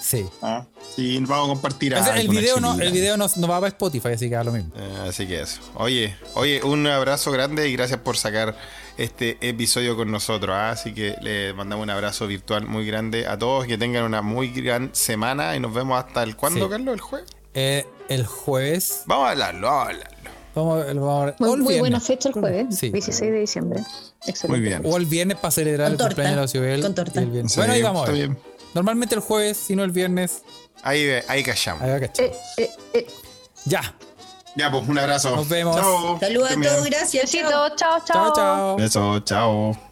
Sí.
¿ah? Sí, vamos a compartir
O sea, el
alguna
video, no,
chilena.
el video no, no va para Spotify, así que da lo mismo.
Eh, así que eso. Oye, oye, un abrazo grande y gracias por sacar este episodio con nosotros. ¿ah? Así que le mandamos un abrazo virtual muy grande a todos. Que tengan una muy gran semana y nos vemos hasta el cuándo,
Sí.
Carlos, el jueves.
Eh, el jueves.
Vamos a hablarlo, vamos a hablarlo.
Vamos, a- vamos a- o
Muy,
el
muy
viernes.
buena fecha el jueves,
Sí.
16 de diciembre. Excelente.
Muy bien.
O el viernes para celebrar
Con
el
torta,
cumpleaños de la Ocibel
con torta.
y el viernes.
Sí,
bueno, ahí vamos. a
está
ver.
bien.
Normalmente el jueves, si no el viernes.
Ahí, ve- ahí callamos.
Ahí va, cachai.
Eh, eh, eh.
Ya.
Ya, pues un abrazo.
Nos vemos.
Chao.
Saludos a
También.
todos, gracias. chao.
Besitos, chao, chao.
네.
Chao, chao.
Beso, chao.